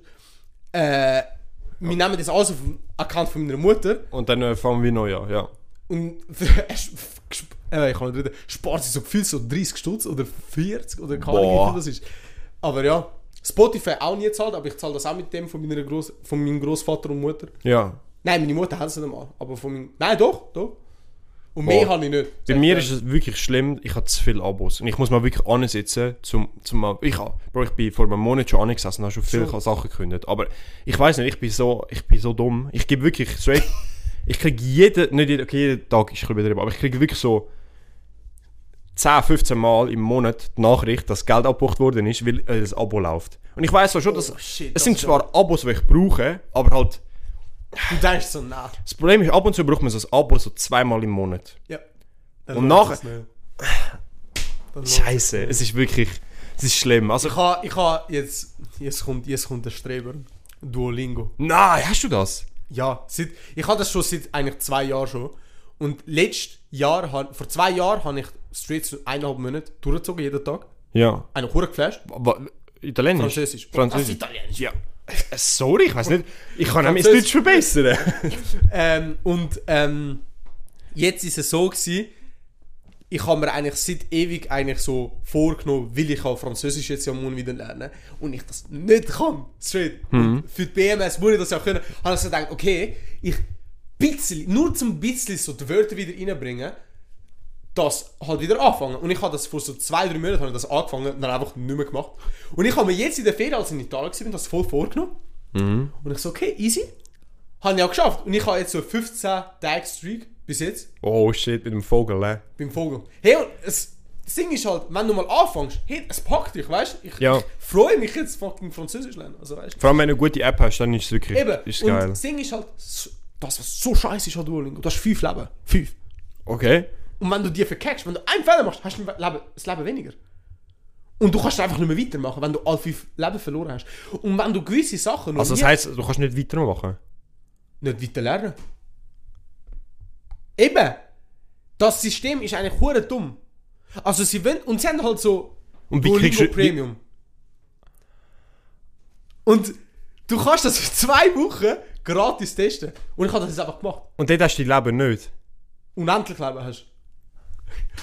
Speaker 3: Äh, wir nehmen das alles auf den Account von meiner Mutter
Speaker 4: Und dann äh, fangen wir neu an, ja.
Speaker 3: und für, äh, gesp- äh, ich kann nicht reden, spart sie so viel, so 30 Stutz oder 40 oder keine Ahnung, wie
Speaker 4: Boah.
Speaker 3: viel das ist. Aber ja, Spotify auch nie gezahlt, aber ich zahle das auch mit dem von, meiner Gross, von meinem Großvater und Mutter.
Speaker 4: Ja.
Speaker 3: Nein, meine Mutter hat es nicht mal, aber von meinem... Nein, doch, doch. Und mehr habe ich nicht.
Speaker 4: Bei mir
Speaker 3: Ja.
Speaker 4: ist es wirklich schlimm, ich habe zu viele Abos. Und ich muss mal wirklich ansitzen, zum, zum mal, ich, hab- Bro, ich bin vor einem Monat schon angesessen und habe schon viele
Speaker 3: Schon.
Speaker 4: Sachen gekündigt. Aber ich weiß nicht, ich bin so, ich bin so dumm. Ich gebe wirklich straight, ich kriege jeden, nicht jeden, okay, jeden Tag ist ein bisschen übertrieben, aber ich kriege wirklich so 10, 15 Mal im Monat die Nachricht, dass Geld abgebucht worden ist, weil äh, das Abo läuft. Und ich weiß schon, dass,
Speaker 3: Oh, shit,
Speaker 4: es
Speaker 3: das
Speaker 4: sind
Speaker 3: ist
Speaker 4: zwar Abos, die ich brauche, aber halt,
Speaker 3: Du denkst so, nein.
Speaker 4: das Problem ist, ab und zu braucht man so ein Abo so zweimal im Monat.
Speaker 3: Ja. Dann
Speaker 4: Und
Speaker 3: lohnt
Speaker 4: nachher-
Speaker 3: es nicht. Dann lohnt
Speaker 4: Scheiße,
Speaker 3: es nicht.
Speaker 4: es ist wirklich, es ist schlimm. Also,
Speaker 3: Ich habe, ich habe jetzt, jetzt kommt, jetzt kommt der Streber. Duolingo.
Speaker 4: nein, hast du das?
Speaker 3: Ja, seit, ich habe das schon seit eigentlich zwei Jahren schon. Und letztes Jahr, han- vor zwei Jahren, habe ich Streets eineinhalb Monate durchgezogen, jeden Tag.
Speaker 4: Ja.
Speaker 3: Einen Huren geflasht.
Speaker 4: Wa- Italienisch?
Speaker 3: Französisch.
Speaker 4: Französisch.
Speaker 3: Italienisch.
Speaker 4: Ja. Äh, Sorry, ich weiß nicht. Ich kann auch mein
Speaker 3: Französisch.
Speaker 4: Deutsch verbessern.
Speaker 3: Ähm, und ähm, jetzt ist es so gewesen, ich habe mir eigentlich seit ewig eigentlich so vorgenommen, will ich auch Französisch jetzt ja morgen wieder lernen und ich das nicht kann, straight. Und Für die BMS muss ich das ja können. Habe ich so gedacht, okay, ich bisschen, nur zum bisschen so die Wörter wieder reinbringen, das halt wieder anfangen. Und ich habe das vor so zwei, drei Monaten habe ich das angefangen und dann einfach nicht mehr gemacht. Und ich habe mir jetzt in der Ferien, als ich in Italien war, das voll vorgenommen. Und ich so, okay, easy. Habe ich auch geschafft. Und ich habe jetzt so 15 Tage Streak bis jetzt
Speaker 4: Oh shit, mit dem Vogel, ne?
Speaker 3: beim Vogel. Hey, und es, das Ding ist halt, wenn du mal anfängst, hey, es packt dich, weißt du? Ich,
Speaker 4: Ja.
Speaker 3: ich freue mich jetzt fucking Französisch lernen. Also, weißt
Speaker 4: Vor allem, wenn du eine gute App hast, dann ist es wirklich
Speaker 3: Eben.
Speaker 4: Ist
Speaker 3: und
Speaker 4: geil.
Speaker 3: das Ding ist halt, so- das, was so scheiße ist, halt Duolingo. Du hast fünf Leben. Fünf.
Speaker 4: Okay.
Speaker 3: Und wenn du dir verkackst, wenn du einen Fehler machst, hast du ein Leben, das Leben weniger. Und du kannst einfach nicht mehr weitermachen, wenn du alle fünf Leben verloren hast. Und wenn du gewisse Sachen noch
Speaker 4: Also, das
Speaker 3: nie-
Speaker 4: heisst, du kannst nicht weitermachen.
Speaker 3: nicht weiter lernen. Eben! Das System ist eigentlich hure dumm. Also sie wollen, und sie haben halt so
Speaker 4: Und wie kriegst du-
Speaker 3: Premium. Und du kannst das für zwei Wochen gratis testen. Und ich habe das jetzt einfach gemacht.
Speaker 4: Und dort hast du dein Leben nicht.
Speaker 3: Unendlich Leben hast.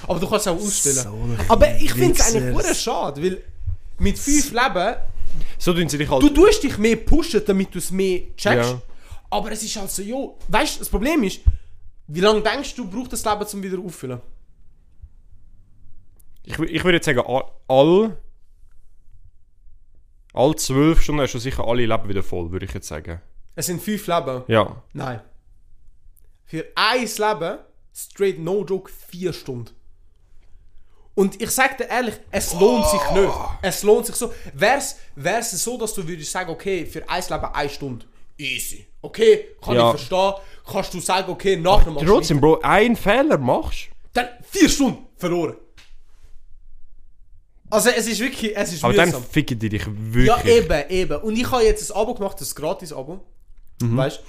Speaker 3: Aber du kannst es auch ausstellen. Aber ich finde es eigentlich
Speaker 4: Wichser.
Speaker 3: hure schade, weil mit fünf Leben
Speaker 4: So tun sie dich halt.
Speaker 3: Du tust dich mehr pushen, damit du es mehr checkst.
Speaker 4: Ja.
Speaker 3: Aber es ist halt so, jo, weißt du, das Problem ist, wie lange denkst du, braucht das Leben, um wieder auffüllen?
Speaker 4: Ich, wü- ich würde jetzt sagen, all- all. All zwölf Stunden hast du sicher alle Leben wieder voll, würde ich jetzt sagen.
Speaker 3: Es sind fünf Leben.
Speaker 4: Ja.
Speaker 3: Nein. Für ein Leben, straight no joke, vier Stunden. Und ich sag dir ehrlich, es lohnt sich nicht. Es lohnt sich so. Wär's, wär's so, dass du würdest sagen, okay, für ein Leben eine Stunde. Easy. Okay, kann
Speaker 4: Ja.
Speaker 3: ich verstehen. Kannst du sagen, okay, nachher machst du
Speaker 4: Trotzdem, Bro, einen Fehler machst
Speaker 3: dann vier Stunden verloren. Also es ist wirklich, es ist
Speaker 4: Aber dann
Speaker 3: mühsam.
Speaker 4: ficken die dich
Speaker 3: ja
Speaker 4: wirklich.
Speaker 3: eben, eben. Und ich habe jetzt ein Abo gemacht, das Gratis-Abo.
Speaker 4: Mhm.
Speaker 3: Weißt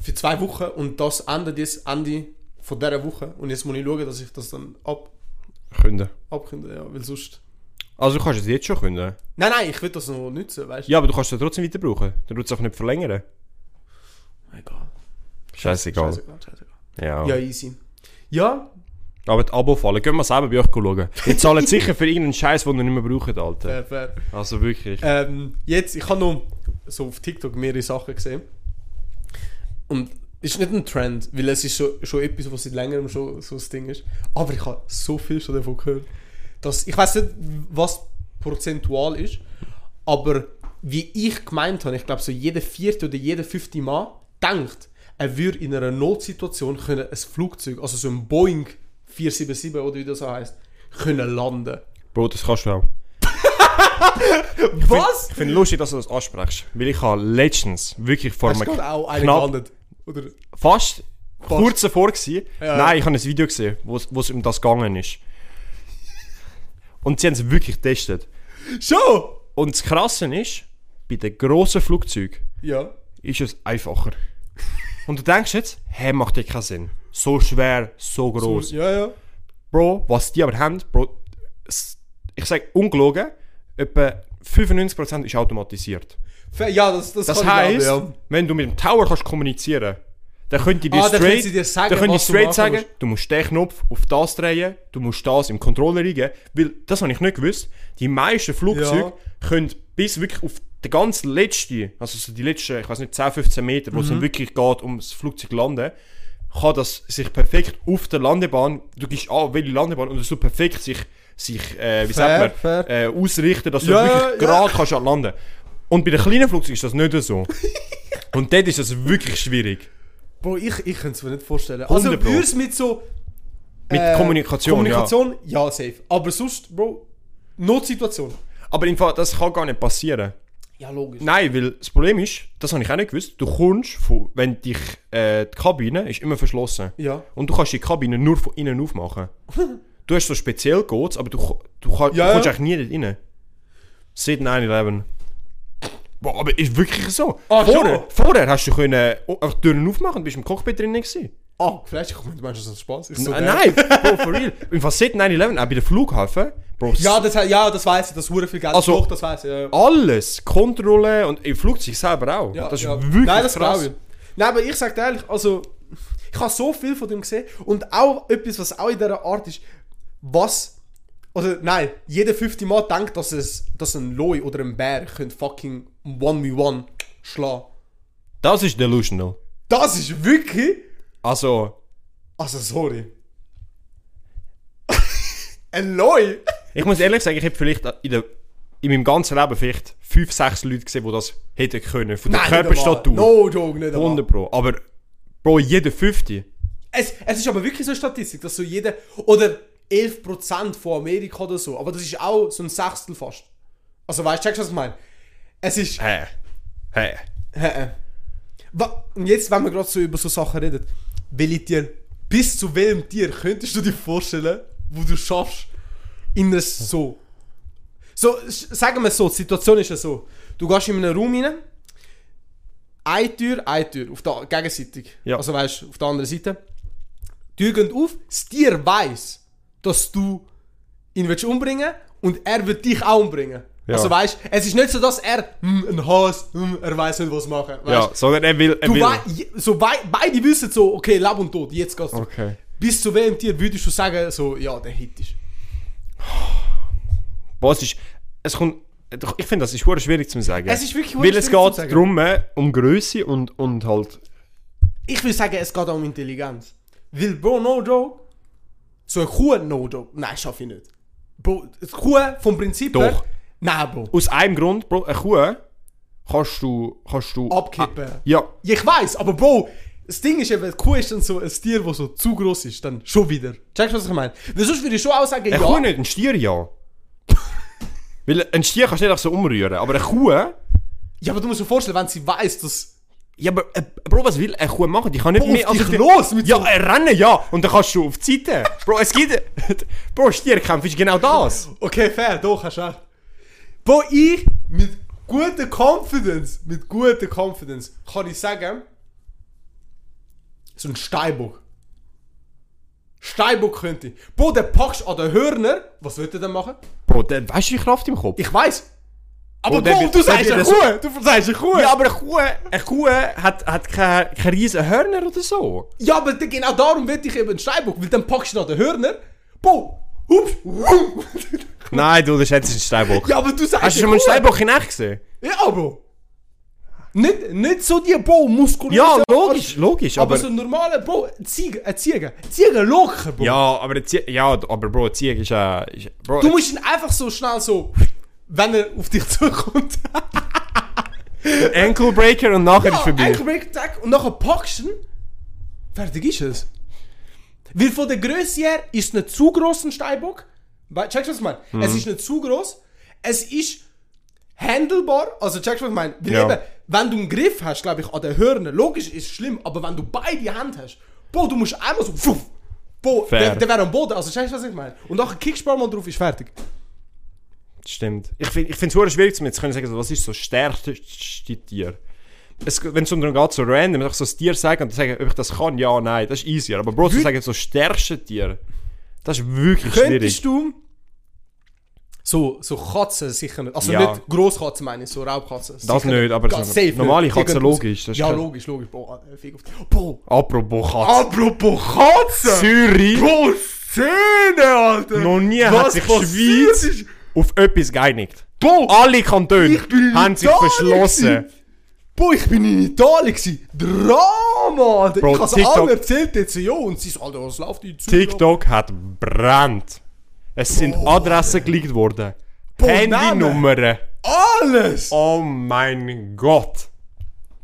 Speaker 3: Für zwei Wochen und das endet jetzt Ende von dieser Woche. Und jetzt muss ich schauen, dass ich das dann ab,
Speaker 4: Können.
Speaker 3: abkündige, ja, weil sonst...
Speaker 4: Also du kannst es jetzt schon können.
Speaker 3: Nein, nein, ich will das noch nutzen, weißt du.
Speaker 4: Ja, aber du kannst es trotzdem weiter brauchen. Dann würdest du es auch nicht verlängern.
Speaker 3: Egal.
Speaker 4: Scheißegal.
Speaker 3: Scheißegal, scheißegal.
Speaker 4: Ja.
Speaker 3: Ja, easy. Ja,
Speaker 4: Aber die Abo-Fallen, gehen wir selber bei euch schauen. Ihr zahlt sicher für irgendeinen Scheiß, den ihr nicht mehr braucht, Alter.
Speaker 3: fair, äh, fair.
Speaker 4: Also wirklich.
Speaker 3: Ähm, jetzt, ich habe noch so auf TikTok mehrere Sachen gesehen. Und ist nicht ein Trend, weil es ist so, schon etwas, was seit längerem schon so das Ding ist. Aber ich habe so viel schon davon gehört. Dass, ich weiß nicht, was prozentual ist, aber wie ich gemeint habe, ich glaube so jeder vierte oder jeder fünfte Mann denkt, er würde in einer Notsituation können ein Flugzeug, also so ein Boeing 477 oder wie das auch heisst, können landen.
Speaker 4: Bro, das kannst du auch.
Speaker 3: Was?
Speaker 4: Ich finde es lustig, dass du das ansprichst. Weil ich habe letztens, wirklich vor
Speaker 3: Hast du
Speaker 4: einem
Speaker 3: gerade auch einen
Speaker 4: knapp-
Speaker 3: gelandet? Oder?
Speaker 4: fast kurz davor gewesen.
Speaker 3: Ja.
Speaker 4: Nein, ich habe ein Video gesehen, wo es wo es um das gegangen ist. Und sie haben es wirklich getestet.
Speaker 3: Schon!
Speaker 4: Und das Krasse ist, bei den grossen Flugzeugen
Speaker 3: Ja.
Speaker 4: ist es einfacher. Und du denkst jetzt, hä, macht ja keinen Sinn. So schwer, so groß.
Speaker 3: Ja, ja.
Speaker 4: Bro, was die aber haben, Bro, s- ich sage ungelogen, etwa 95% ist automatisiert.
Speaker 3: Fair- Ja, das, das,
Speaker 4: Das
Speaker 3: kann ich
Speaker 4: heisst,
Speaker 3: glauben,
Speaker 4: wenn du mit dem Tower kannst kommunizieren dann können die dir
Speaker 3: Ah, dann können
Speaker 4: straight,
Speaker 3: sie dir sagen,
Speaker 4: dann können die
Speaker 3: was du
Speaker 4: straight
Speaker 3: machen
Speaker 4: sagen,
Speaker 3: musst.
Speaker 4: du musst den Knopf auf das drehen, du musst das im Controller eingeben, weil das habe ich nicht gewusst. Die meisten Flugzeuge können bis wirklich auf den ganz letzten, also so die letzten, ich weiß nicht, 10, 15 Meter, wo es
Speaker 3: Mhm.
Speaker 4: dann wirklich geht, um das Flugzeug zu landen, kann das sich perfekt auf der Landebahn, du gibst an, welche Landebahn, und so perfekt sich, sich äh, wie
Speaker 3: Fair,
Speaker 4: sagt man, äh, ausrichten, dass du
Speaker 3: Ja,
Speaker 4: wirklich
Speaker 3: ja.
Speaker 4: gerade kannst landen. Und bei den kleinen Flugzeugen ist das nicht so. Und dort ist das wirklich schwierig.
Speaker 3: ja. Bro, ich, ich könnte es mir nicht vorstellen. Also,
Speaker 4: 100 Pro.
Speaker 3: würde es mit so
Speaker 4: Mit
Speaker 3: äh,
Speaker 4: Kommunikation,
Speaker 3: Kommunikation, ja. safe. Aber sonst, Bro, Notsituation.
Speaker 4: ja. Aber im Fall, das kann gar nicht passieren.
Speaker 3: Ja, logisch.
Speaker 4: Nein, weil das Problem ist, das habe ich auch nicht gewusst, du kommst von, wenn dich, äh, die Kabine ist immer verschlossen.
Speaker 3: Ja.
Speaker 4: Und du kannst die Kabine nur von innen aufmachen. du hast so speziell Codes, aber du, ko- du, kann,
Speaker 3: Ja,
Speaker 4: du kommst
Speaker 3: ja.
Speaker 4: eigentlich nie dort rein. Seit 9-11. Boah, aber ist wirklich so.
Speaker 3: Ah,
Speaker 4: vorher,
Speaker 3: schon?
Speaker 4: vorher hast du können, oh, einfach die Türen aufmachen und bist im Cockpit drin gewesen.
Speaker 3: ah, geflasht. Ich meine, du meinst, das ist Spaß. Ich so,
Speaker 4: Ah,
Speaker 3: der-
Speaker 4: nein, Bro, for real. Im Fall seit 9-11, auch bei den Flughäfen, Bro,
Speaker 3: Ja, das, ja, das weiß ich, das hure viel Geld.
Speaker 4: Also-
Speaker 3: Doch, das weiß ich. Ja, ja.
Speaker 4: alles, Kontrolle und im Flugzeug selber auch.
Speaker 3: Ja,
Speaker 4: das ist
Speaker 3: ja.
Speaker 4: wirklich
Speaker 3: Nein, das
Speaker 4: krass.
Speaker 3: glaube ich. Nein, aber ich sage dir ehrlich, also ich habe so viel von dem gesehen und auch etwas, was auch in dieser Art ist, was oder nein, jeder fünfte Mal denkt, dass es, dass ein Loi oder ein Bär können fucking 1v1 schlagen.
Speaker 4: Das ist delusional.
Speaker 3: Das ist wirklich,
Speaker 4: Also,
Speaker 3: also sorry. ein Loi?
Speaker 4: ich muss ehrlich sagen, ich habe vielleicht in, der, in meinem ganzen Leben vielleicht 5, 6 Leute gesehen, die das hätten können. Von der
Speaker 3: nicht einmal.
Speaker 4: Körperstatur.
Speaker 3: No joke, nicht einmal.
Speaker 4: 100 Pro. Aber, Bro, jeder Fünfte.
Speaker 3: Es, es ist aber wirklich so eine Statistik, dass so jeder. Oder 11% von Amerika oder so. Aber das ist auch so ein Sechstel fast. Also weißt du, checkst du, was ich meine? Es ist.
Speaker 4: Hä? Hä?
Speaker 3: Äh, äh. Wa- Und jetzt, wenn wir gerade so über so Sachen reden, welche Tier. Bis zu welchem Tier könntest du dir vorstellen, wo du schaffst, in einer so. So, s- sagen wir es so, die Situation ist ja so. Du gehst in einen Raum rein, eine Tür, eine Tür, auf der gegenseitig.
Speaker 4: Ja.
Speaker 3: Also weißt du, auf der anderen Seite. Die Tür geht auf, das Tier weiß, dass du ihn willst umbringen und er wird dich auch umbringen.
Speaker 4: Ja.
Speaker 3: Also weißt du, es ist nicht so, dass er hm, ein Hass, hm, er weiß nicht, was machen.
Speaker 4: Ja,
Speaker 3: Weißt,
Speaker 4: sondern er will. Er
Speaker 3: du?
Speaker 4: will.
Speaker 3: du wei je- so wei beide wissen so, okay, Lab und Tod, jetzt geht's. drauf.
Speaker 4: Okay.
Speaker 3: Bis zu welchem Tier würdest du sagen, so, ja, der Hit ist.
Speaker 4: Boah, es ist. Es kommt. doch, Ich finde, das ist hure schwierig zu sagen.
Speaker 3: Es ist wirklich hure
Speaker 4: Weil es
Speaker 3: schwierig
Speaker 4: geht
Speaker 3: zu sagen.
Speaker 4: darum, um Größe und, und halt.
Speaker 3: Ich würde sagen, es geht auch um Intelligenz. Weil, Bro, no joke, so eine Kuh, no joke, nein, schaffe ich nicht. Bro, eine Kuh vom Prinzip
Speaker 4: Doch.
Speaker 3: her, nein, Bro,
Speaker 4: Aus einem Grund, Bro, eine Kuh kannst du. Kannst du
Speaker 3: abkippen.
Speaker 4: Ah, ja,
Speaker 3: Ja, Ich weiß, aber Bro, das Ding ist eben, die Kuh ist dann so ein Tier, das so zu groß ist, dann schon wieder. Checkst du, was ich meine? Weil sonst würde ich schon auch sagen,
Speaker 4: eine
Speaker 3: ja.
Speaker 4: Kuh nicht, ein Stier ja. Weil ein Stier kannst du nicht einfach so umrühren, aber eine Kuh.
Speaker 3: Ja, aber du musst dir vorstellen, wenn sie weiß, dass.
Speaker 4: Ja, aber äh, Bro, was will eine Kuh machen? Die kann nicht
Speaker 3: Bro,
Speaker 4: mehr. also
Speaker 3: auf dich
Speaker 4: die-
Speaker 3: los mit
Speaker 4: ja,
Speaker 3: so-
Speaker 4: äh, rennen ja! Und dann kannst du auf die Seite. Bro, es gibt. Bro, Stierkampf ist genau das.
Speaker 3: Okay, fair, doch, hast recht. Bro, ich mit guter Confidence, mit guter Confidence, kann ich sagen, so ein Steinbock. Steinbock könnte. ich. Bro, den packst du an den Hörner, was wird er dann machen?
Speaker 4: Bro, dann weißt du die Kraft im Kopf.
Speaker 3: Ich weiß. Aber
Speaker 4: Oh, der
Speaker 3: Bro,
Speaker 4: wird-
Speaker 3: du
Speaker 4: der
Speaker 3: sagst
Speaker 4: wird
Speaker 3: eine
Speaker 4: so-
Speaker 3: Kuh, du sagst eine Kuh.
Speaker 4: Ja, aber eine Kuh,
Speaker 3: eh,
Speaker 4: eine Kuh hat, hat keine, keine riesen Hörner oder so.
Speaker 3: Ja, aber d- genau darum will ich eben einen Steinbock, weil dann packst du noch den Hörner. Boah, hups, wumm.
Speaker 4: Nein, du, das ist ein Steinbock.
Speaker 3: Ja, aber du sagst...
Speaker 4: Hast du schon mal einen Steinbock in echt gesehen?
Speaker 3: Ja, Bro. Nicht, nicht so die, Bro, muskulöse...
Speaker 4: Ja,
Speaker 3: Art.
Speaker 4: logisch, logisch,
Speaker 3: Aber,
Speaker 4: aber...
Speaker 3: so ein normaler, Bro, eine Ziege, eine Ziege. Ziege locker, Bro.
Speaker 4: ja, aber eine Zie- ja, aber Bro, eine Ziege ist äh, ist- Bro,
Speaker 3: Du musst ihn einfach so schnell so... Wenn er auf dich zukommt.
Speaker 4: ein Ankle Breaker und nachher ist
Speaker 3: Ja,
Speaker 4: vorbei.
Speaker 3: ein Break-Tag und nachher packst du ihn. Fertig ist es. Weil von der Größe her ist es nicht zu gross ein Steinbock. Wei- Checkst du, was ich meine?
Speaker 4: Mhm.
Speaker 3: Es ist nicht zu gross. Es ist handelbar. Also checkst du, was ich meine? Weil
Speaker 4: Ja.
Speaker 3: eben, wenn du einen Griff hast, glaube ich, an den Hörnern, logisch ist es schlimm, aber wenn du beide Hände hast, boah, du musst einmal so... Pfuff, boah,
Speaker 4: Fair.
Speaker 3: der, der wäre am Boden. Also checkst du, was ich meine? Und nachher kickst du ein paar mal drauf, ist fertig.
Speaker 4: Stimmt. Ich finde ich find's es schwierig, zu mir zu können sagen, so, was ist so das eh, stärkste Tier? Es, wenn es um darum geht, so random, einfach so das Tier sagen und dann sagen, ob ich das kann, ja, nein, das ist easier. Aber Bro, zu
Speaker 3: Wü-
Speaker 4: sagen, so das stärkste Tier, das ist wirklich schwierig.
Speaker 3: Könntest du so, so Katzen sicher nicht, also
Speaker 4: Ja.
Speaker 3: nicht Grosskatzen meine ich, so Raubkatzen.
Speaker 4: Das
Speaker 3: sicher
Speaker 4: nicht, aber
Speaker 3: Ganz
Speaker 4: so
Speaker 3: safe
Speaker 4: normale
Speaker 3: nicht. Die
Speaker 4: Katzen
Speaker 3: gehen raus.
Speaker 4: logisch, das ist
Speaker 3: ja,
Speaker 4: kein-
Speaker 3: logisch, logisch. Boah, äh, fick auf die. Boah,
Speaker 4: Apropos Katze.
Speaker 3: apropos Katzen!
Speaker 4: Zürich.
Speaker 3: Boah, Szene, Alter!
Speaker 4: Noch nie
Speaker 3: Was
Speaker 4: hat sich
Speaker 3: passiert
Speaker 4: Schweiz
Speaker 3: ist-
Speaker 4: auf etwas geeinigt.
Speaker 3: Boah,
Speaker 4: Alle Kantone
Speaker 3: Ich bin
Speaker 4: haben sich
Speaker 3: da
Speaker 4: verschlossen.
Speaker 3: gewesen. boah, ich bin in Italien gewesen. Drama, Alter!
Speaker 4: Bro,
Speaker 3: ich hab's
Speaker 4: TikTok-
Speaker 3: allen erzählt jetzt, ja, und sie so, Alter, was läuft in Zürich ab?
Speaker 4: TikTok hat brennt. Es sind
Speaker 3: Oh.
Speaker 4: Adressen geleakt worden.
Speaker 3: Boah,
Speaker 4: Handynummern.
Speaker 3: Alles!
Speaker 4: Oh mein Gott.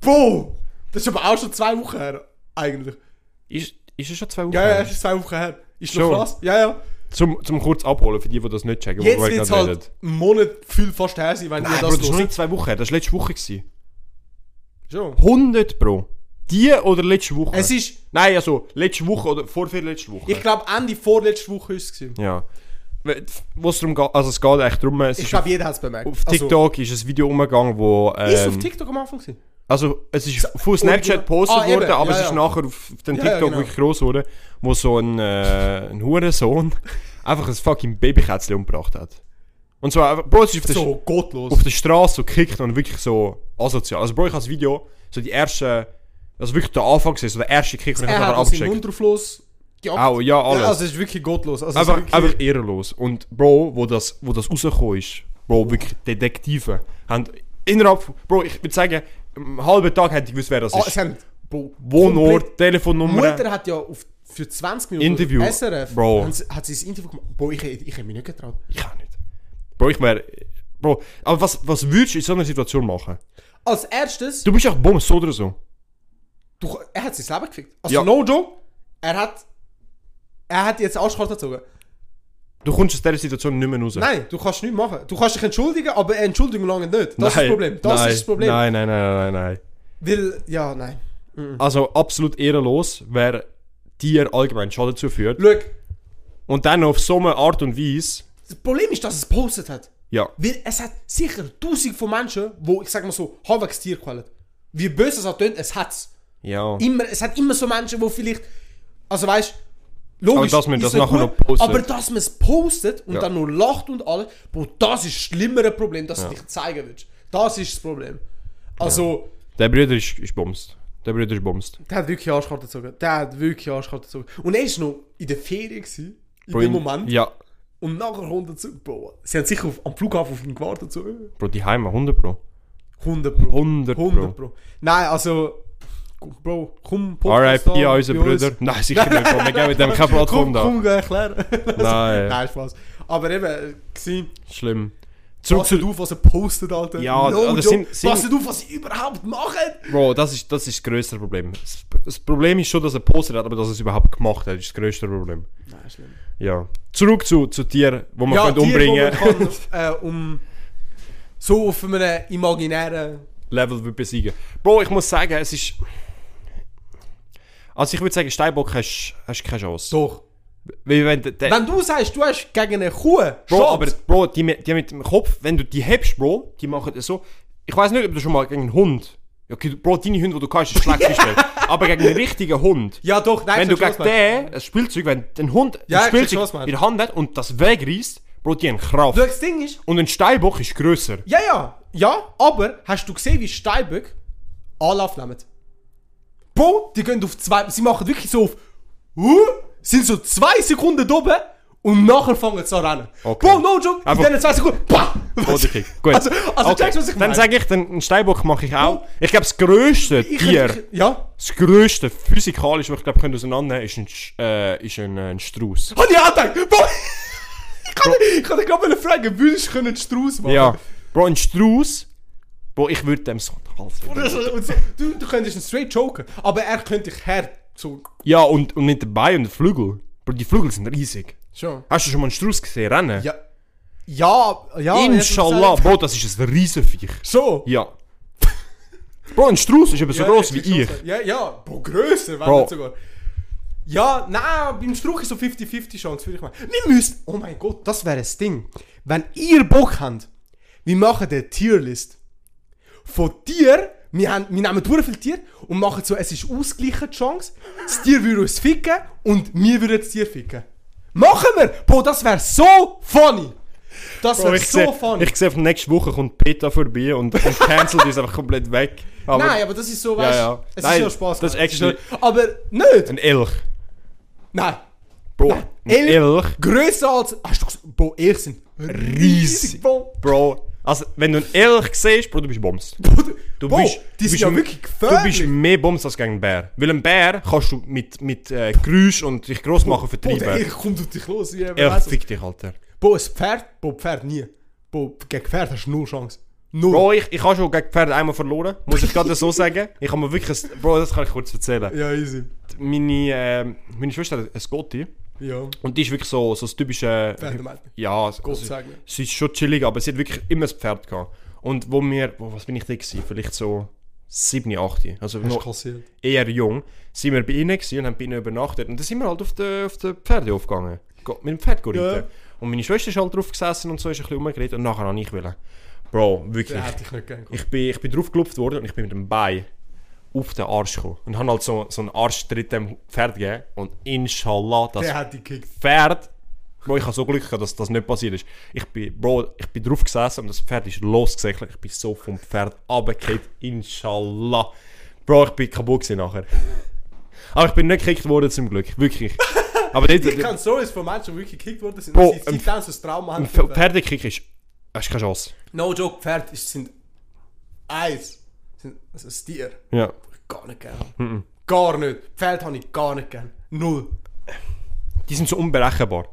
Speaker 3: Boah! Das ist aber auch schon zwei Wochen her, eigentlich.
Speaker 4: Ist, ist es schon zwei Wochen?
Speaker 3: Ja, ja, es ist zwei Wochen her. Ist noch
Speaker 4: Schon?
Speaker 3: krass? Ja, ja.
Speaker 4: Zum, zum kurz abholen, für die, die das nicht checken,
Speaker 3: Jetzt
Speaker 4: worüber wir
Speaker 3: wird es
Speaker 4: gerade
Speaker 3: halt
Speaker 4: reden.
Speaker 3: einen Monat viel fast her sein, wenn
Speaker 4: Nein,
Speaker 3: ihr
Speaker 4: Bro,
Speaker 3: das
Speaker 4: das ist noch
Speaker 3: hört.
Speaker 4: nicht zwei Wochen her, das war letzte Woche. Gewesen.
Speaker 3: Schon.
Speaker 4: 100 Pro. Die oder letzte Woche?
Speaker 3: Es ist,
Speaker 4: Nein, also letzte Woche oder vor vorletzte Woche.
Speaker 3: ich glaube, Ende vorletzte Woche war es. gewesen.
Speaker 4: Ja. Wo es darum geht, also es geht echt darum, es
Speaker 3: Ich also-
Speaker 4: ist
Speaker 3: glaube, jeder hat es bemerkt.
Speaker 4: auf TikTok ist ein Video umgegangen, wo. Ähm,
Speaker 3: Also, ist es auf TikTok am Anfang gewesen?
Speaker 4: Also, es ist von Snapchat gepostet
Speaker 3: Ah, eben,
Speaker 4: worden, aber
Speaker 3: ja,
Speaker 4: es ist
Speaker 3: ja.
Speaker 4: nachher auf den
Speaker 3: Ja,
Speaker 4: TikTok
Speaker 3: ja, genau.
Speaker 4: wirklich gross geworden, wo so ein, äh, ein Hurensohn einfach ein fucking Babykätzchen umgebracht hat. Und zwar einfach, Bro, es ist auf der,
Speaker 3: So
Speaker 4: so.
Speaker 3: gottlos.
Speaker 4: auf der Straße so gekickt und wirklich so asozial. Also, Bro, ich habe das Video, so die erste, also wirklich der Anfang gesehen, so der erste Kick, den ich
Speaker 3: Er
Speaker 4: nachher
Speaker 3: hat aus dem Mund drauf
Speaker 4: abgeschickt
Speaker 3: los. gejagt.
Speaker 4: Au, ja, alles.
Speaker 3: Ja, also es ist wirklich gottlos. Also, es ist
Speaker 4: Einfach,
Speaker 3: wirklich-
Speaker 4: einfach ehrenlos. Und Bro, wo das, wo das rausgekommen ist, Bro, wirklich Detektive, haben innerhalb, von- Bro, ich würde sagen, einen halben Tag hätte ich gewusst, wer das
Speaker 3: Ah,
Speaker 4: ist.
Speaker 3: es haben, Bro,
Speaker 4: Wohnort,
Speaker 3: Mutter
Speaker 4: Telefonnummer.
Speaker 3: hat ja auf, für 20 Minuten
Speaker 4: Interview.
Speaker 3: auf SRF
Speaker 4: Bro.
Speaker 3: haben sie- hat sie das Interview gemacht. Bro, ich, ich hätte mich nicht getraut.
Speaker 4: Ich auch nicht. Bro, ich wäre. Bro, aber was, was würdest du in so einer Situation machen?
Speaker 3: Als erstes,
Speaker 4: Du bist auch bumm, so oder so.
Speaker 3: du, er hat sein Leben gefickt. Also
Speaker 4: Ja.
Speaker 3: no joke, er hat, er hat jetzt Arschkarte gezogen.
Speaker 4: Du kommst aus dieser Situation nicht mehr raus.
Speaker 3: Nein, du kannst nichts machen. Du kannst dich entschuldigen, aber eine Entschuldigung lange nicht. Das ist das Problem. Das
Speaker 4: nein,
Speaker 3: ist das Problem.
Speaker 4: Nein, nein, nein, nein,
Speaker 3: Weil, ja, nein.
Speaker 4: nein. Also absolut ehrenlos, wer dir allgemein Schaden zuführt.
Speaker 3: Schau,
Speaker 4: Und dann auf so eine Art und Weise.
Speaker 3: das Problem ist, dass es gepostet hat.
Speaker 4: Ja.
Speaker 3: Weil es hat sicher tausend von Menschen, wo ich sag mal so, halbwegs Tierqualität. Wie böse es auch tönt, es hat's.
Speaker 4: Ja.
Speaker 3: Immer, es hat immer so Menschen, wo vielleicht, also weißt, logisch,
Speaker 4: Aber dass man
Speaker 3: ist
Speaker 4: das
Speaker 3: nicht
Speaker 4: nachher
Speaker 3: gut,
Speaker 4: noch postet.
Speaker 3: Aber dass man es postet und
Speaker 4: Ja.
Speaker 3: dann nur lacht und alles, boah, das ist das schlimmere Problem, dass du dich zeigen willst. Das ist das Problem. Also,
Speaker 4: Der Bruder ist, ist bumst. Der Bruder ist bumst.
Speaker 3: der hat wirklich Arschkarte gezogen. Der hat wirklich Arschkarte gezogen. Und er war noch in der Ferien, gewesen, in
Speaker 4: Bro,
Speaker 3: dem
Speaker 4: in-
Speaker 3: Moment.
Speaker 4: Ja.
Speaker 3: Und nachher kommt er zu, boah, sie haben sicher auf, am Flughafen auf ihn gewartet, so, äh,
Speaker 4: Bro, die Heime, 100 Pro.
Speaker 3: 100 Pro.
Speaker 4: 100 Pro.
Speaker 3: 100 Pro. Nein, also, Bro, komm, Podcast
Speaker 4: RIP,
Speaker 3: an,
Speaker 4: unser
Speaker 3: bei uns.
Speaker 4: Bruder. Nein, sicher nicht. Bro. Wir geben mit dem keine Plattform
Speaker 3: Komm,
Speaker 4: da.
Speaker 3: komm, geh erklären.
Speaker 4: Nein.
Speaker 3: Nein, Spaß. Aber eben, äh, gesehen,
Speaker 4: Schlimm. Zurück zu
Speaker 3: passet auf, was er postet, Alter.
Speaker 4: Ja,
Speaker 3: no
Speaker 4: oder
Speaker 3: joke.
Speaker 4: sind- sind-
Speaker 3: Passet auf, was sie überhaupt machen.
Speaker 4: Bro, das ist, das ist das größte Problem. Das- Das Problem ist schon, dass er postet hat, aber dass er es überhaupt gemacht hat, ist das größte Problem.
Speaker 3: Nein, schlimm.
Speaker 4: Ja. Zurück zu, zu Tieren, wo man könnte umbringen
Speaker 3: Die, wo man kann, äh, um so auf einem imaginären...
Speaker 4: Level wird besiegen. Bro, ich muss sagen, es ist. Also ich würde sagen, Steinbock hast, hast keine Chance.
Speaker 3: Doch.
Speaker 4: Weil wenn der, der,
Speaker 3: Wenn du sagst, du hast gegen eine Kuh
Speaker 4: Äh, Bro,
Speaker 3: Chance,
Speaker 4: aber Bro, die, mit- die mit dem Kopf, wenn du die hebst, Bro, die machen das so. Ich weiß nicht, ob du schon mal gegen einen Hund. Ja, Okay, Bro, deine Hunde, die du kannst, ist schlecht gestellt. aber gegen einen richtigen Hund.
Speaker 3: Ja, doch, nein,
Speaker 4: wenn du
Speaker 3: ich
Speaker 4: gegen
Speaker 3: verstehe, was
Speaker 4: den ein Spielzeug, wenn ein Hund
Speaker 3: Ja,
Speaker 4: ein
Speaker 3: ich
Speaker 4: Spielzeug
Speaker 3: verstehe, was
Speaker 4: in der Hand hat und das wegreißt, Bro, die haben Kraft.
Speaker 3: du meinst. Schau, das Ding ist,
Speaker 4: Und ein Steinbock ist grösser.
Speaker 3: ja, ja, ja, aber hast du gesehen, wie Steinböck Anlauf nehmen? Bro, die gehen auf zwei, sie machen wirklich so auf, huh, sind so zwei Sekunden da oben und nachher fangen sie an rennen.
Speaker 4: Okay.
Speaker 3: Bro, no joke,
Speaker 4: Einfach-
Speaker 3: in diesen zwei Sekunden, pah!
Speaker 4: Okay, gut.
Speaker 3: Also, also checkst du, was ich
Speaker 4: Dann
Speaker 3: meine?
Speaker 4: sage ich, den, einen Steinbock mache ich auch. Ich glaube, das grösste
Speaker 3: Ich-
Speaker 4: Tier,
Speaker 3: ich- Ja?
Speaker 4: das grösste physikalisch, was ich glaube, können auseinandernehmen, ist ein, Sch- äh, ist ein, äh, ein Strauß.
Speaker 3: Hab ich angedacht! Bro! Ich kann, ich kann dich gerade fragen, würdest du können einen Strauß machen?
Speaker 4: Ja. Bro, ein Strauß, Bro, ich würde dem so den Hals
Speaker 3: Und
Speaker 4: wenden.
Speaker 3: so, du, du könntest ihn straight choken, aber er könnte dich her... So,
Speaker 4: Ja, und, und mit den Beinen und den Flügeln. Bro, die Flügel sind riesig.
Speaker 3: schon.
Speaker 4: Hast du schon mal einen Strauß gesehen rennen?
Speaker 3: Ja. Ja, ja.
Speaker 4: Inshallah,
Speaker 3: jetzt-
Speaker 4: Bro, das ist ein Riesenviech.
Speaker 3: So.
Speaker 4: Ja. Bro, ein Strauß ist eben so
Speaker 3: Ja,
Speaker 4: groß
Speaker 3: jetzt
Speaker 4: wie ich.
Speaker 3: kannst du- Ja, ja. Bro, grösser wäre
Speaker 4: Bro.
Speaker 3: das sogar. Ja, nein, beim Strauch ist so 50-50 Chance, würde ich meinen. Wir müssen... Oh mein Gott, das wäre das Ding. Wenn ihr Bock habt, wir machen eine Tierlist. Von Tier, wir, haben, wir nehmen durch viele Tier und machen so, es ist ausgleichen die Chance. Das Tier würde uns ficken und wir würden das Tier ficken. Machen wir! Bro, das wäre so funny! Das
Speaker 4: Bro,
Speaker 3: wäre
Speaker 4: ich
Speaker 3: so
Speaker 4: sehe,
Speaker 3: funny!
Speaker 4: ich sehe, auf nächste Woche kommt Peter vorbei und, und cancelt uns einfach komplett weg. Ah, Aber
Speaker 3: Nein, aber das ist so, weißt du,
Speaker 4: ja.
Speaker 3: es
Speaker 4: Nein,
Speaker 3: ist ja Spaß.
Speaker 4: das ist
Speaker 3: gemacht.
Speaker 4: actually-
Speaker 3: Es ist ja- Aber nicht!
Speaker 4: ein Elch.
Speaker 3: Nein!
Speaker 4: Bro,
Speaker 3: Nou,
Speaker 4: ein Elch.
Speaker 3: Grösser als. Ah, Hast du gesagt, Bro, Elch sind
Speaker 4: Riesig.
Speaker 3: Bro,
Speaker 4: Bro, also wenn du einen Elch siehst, Bro, du bist Bombs.
Speaker 3: du
Speaker 4: Du bist,
Speaker 3: die sind
Speaker 4: du bist
Speaker 3: ja
Speaker 4: m-
Speaker 3: wirklich
Speaker 4: Du bist
Speaker 3: gefährlich.
Speaker 4: mehr Bombs als gegen einen Bär. Weil ein Bär kannst du mit, mit äh, Geräusch und dich gross machen
Speaker 3: Bro, der
Speaker 4: vertreiben.
Speaker 3: Elch kommt auf dich los. Wie
Speaker 4: Elch
Speaker 3: Elch
Speaker 4: fick dich, Alter.
Speaker 3: Bro, ein Pferd, Bro, Pferd nie. Bro, gegen Pferd hast du nur Chance. Nur.
Speaker 4: Bro, ich, ich habe schon gegen Pferde einmal verloren, muss ich gerade so sagen. Ich habe mir wirklich... Ein, Bro, das kann ich kurz erzählen.
Speaker 3: Ja, easy.
Speaker 4: Meine, äh, meine Schwester hat ein Gotti.
Speaker 3: Ja.
Speaker 4: Und die ist wirklich so, so das typische...
Speaker 3: Pferdemädchen.
Speaker 4: Ja, also,
Speaker 3: Gott sag mir.
Speaker 4: sie ist schon chillig, aber sie hat wirklich immer ein Pferd gehabt. Und wo wir... Wo, was bin ich da gewesen? Vielleicht so... 7, 8. Also
Speaker 3: Hast du
Speaker 4: noch
Speaker 3: kassiert.
Speaker 4: eher jung, sind wir bei ihnen gewesen und haben bei ihnen übernachtet. Und dann sind wir halt auf den, auf den Pferdehof gegangen. Go- Mit dem Pferd go reiten.
Speaker 3: Ja.
Speaker 4: Und meine Schwester ist halt drauf gesessen und so ist ein bisschen rumgeredet und nachher auch ich wollen. Bro, wirklich.
Speaker 3: Den hätte ich nicht gern gehabt.
Speaker 4: Ich bin, ich bin drauf gelupft worden und ich bin mit dem Bein auf den Arsch gekommen. Und habe halt so, so einen Arschtritt dem Pferd gegeben. Und inshallah, das
Speaker 3: Der hätte ich gekickt.
Speaker 4: Pferd. Bro, ich habe so Glück gehabt, dass das nicht passiert ist. Ich bin, Bro, ich bin drauf gesessen und das Pferd ist losgesächelt. Ich bin so vom Pferd runtergefallen. Inshallah. Bro, ich bin kaputt gewesen nachher. Aber ich bin nicht gekickt worden zum Glück. Wirklich. Aber dort,
Speaker 3: Ich kann Stories von Menschen, die wirklich gekickt worden sind,
Speaker 4: Bro,
Speaker 3: dass sie
Speaker 4: ein-
Speaker 3: dann so ein Trauma haben.
Speaker 4: ein Pf- Pferdekick ist... Hast keine Chance.
Speaker 3: No joke, Pferd ist, sind Eis. Sind, also ein Tier.
Speaker 4: Ja.
Speaker 3: Gar nicht gern. Gar nicht. Pferd habe ich gar nicht gern. Null.
Speaker 4: Die sind so unberechenbar.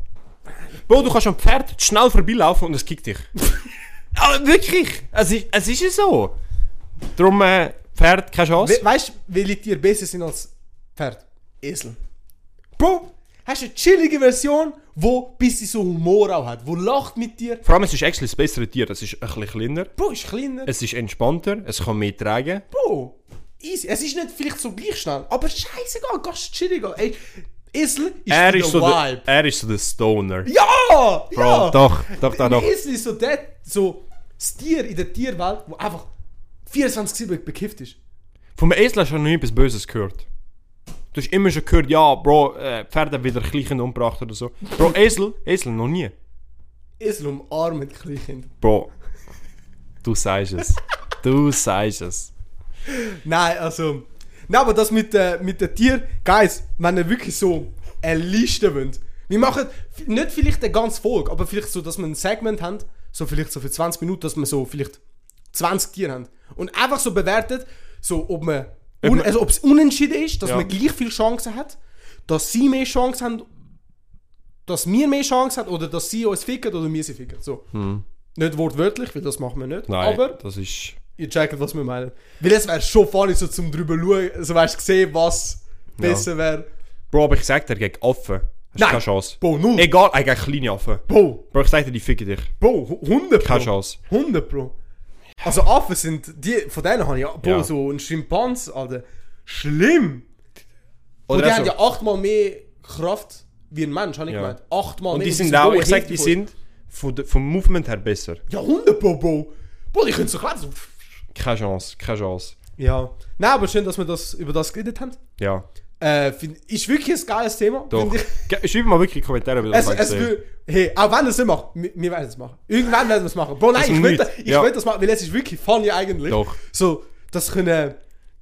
Speaker 4: Bro, du kannst am Pferd schnell vorbeilaufen und es kickt dich. Aber wirklich. Es ist, es ist ja so. Darum, äh, Pferd, keine Chance.
Speaker 3: We weißt du, welche Tiere besser sind als Pferd? Esel. Bro, hast du eine chillige Version, wo bisschen so Humor auch hat, wo lacht mit dir.
Speaker 4: Vor allem, es ist actually das bessere Tier. Es ist ein bisschen kleiner,
Speaker 3: Bro, ist kleiner.
Speaker 4: es ist entspannter, es kann mehr tragen.
Speaker 3: Bro, easy. Es ist nicht vielleicht so gleich schnell, aber scheißegal, gehst chillig an. Ey, Esel ist
Speaker 4: Er
Speaker 3: wieder
Speaker 4: ist, so der,
Speaker 3: Vibe.
Speaker 4: er ist so der Stoner.
Speaker 3: ja!
Speaker 4: Bro,
Speaker 3: ja!
Speaker 4: doch, doch, doch, doch.
Speaker 3: Esel ist so der, so das Tier in der Tierwelt, wo einfach 24-7 bekifft ist.
Speaker 4: Vom Esel hast du noch nie etwas Böses gehört. Du hast immer schon gehört, ja, Bro, äh, Pferde wieder Kleinkinder umgebracht oder so. Bro, Esel, Esel noch nie.
Speaker 3: Esel umarmt Kleinkinder.
Speaker 4: Bro, du sagst es. Du sagst es.
Speaker 3: Nein, also. Nein, aber das mit, äh, mit den Tieren, Guys, wenn ihr wirklich so eine Liste wollt. Wir machen f- nicht vielleicht eine ganze Folge, aber vielleicht so, dass wir ein Segment haben, so vielleicht so für 20 Minuten, dass wir so vielleicht 20 Tiere haben. Und einfach so bewertet, so ob man, un,
Speaker 4: man-
Speaker 3: also ob es unentschieden ist, dass
Speaker 4: Ja.
Speaker 3: man gleich viele Chancen hat, dass sie mehr Chancen haben, dass wir mehr Chancen haben oder dass sie uns ficken oder wir sie ficken. So. Nicht wortwörtlich, weil das machen wir nicht.
Speaker 4: Hm. Nein,
Speaker 3: aber
Speaker 4: das ist...
Speaker 3: Ihr checkt, was wir meinen. Weil es wäre schon funny, so zum drüber schauen, so wärst du gesehen, was besser wäre.
Speaker 4: Bro, aber ich sag dir, gegen Affen hast du
Speaker 3: Nein.
Speaker 4: keine Chance.
Speaker 3: Bro, null.
Speaker 4: Egal, äh, gegen kleine Affen.
Speaker 3: Bro,
Speaker 4: Bro, ich sag dir, die ficken dich.
Speaker 3: Bro, hu- 100 Pro.
Speaker 4: Keine Chance.
Speaker 3: 100 Pro. Also Affen sind, die, von denen habe ich, ja- Bro,
Speaker 4: Ja.
Speaker 3: so ein Schimpans, Alter. Schlimm. Und die
Speaker 4: auch
Speaker 3: haben
Speaker 4: so-
Speaker 3: ja achtmal mehr Kraft wie ein Mensch, habe ich
Speaker 4: Ja.
Speaker 3: gemeint. Achtmal
Speaker 4: Und
Speaker 3: mehr.
Speaker 4: die sind
Speaker 3: so
Speaker 4: auch, ich sag,
Speaker 3: heftig
Speaker 4: die
Speaker 3: voll.
Speaker 4: sind von der- vom Movement her besser.
Speaker 3: Ja, 100 Pro, Bro. Bro, die können so klar so...
Speaker 4: Keine Chance, keine Chance.
Speaker 3: Ja. Nein, aber schön, dass wir das, über das geredet haben.
Speaker 4: Ja,
Speaker 3: Äh, find, ist wirklich ein geiles Thema.
Speaker 4: doch.
Speaker 3: find Ich,
Speaker 4: Ge- Schreib mal wirklich in die Kommentare, wie
Speaker 3: Es,
Speaker 4: das
Speaker 3: es
Speaker 4: gesehen.
Speaker 3: will, hey, auch wenn es nicht macht, wir, wir werden es machen. Irgendwann werden wir es machen. Bro, nein,
Speaker 4: Das
Speaker 3: ich, will,
Speaker 4: nicht,
Speaker 3: das, ich
Speaker 4: ja.
Speaker 3: will das machen, weil es ist wirklich funny eigentlich.
Speaker 4: Doch.
Speaker 3: So, das können,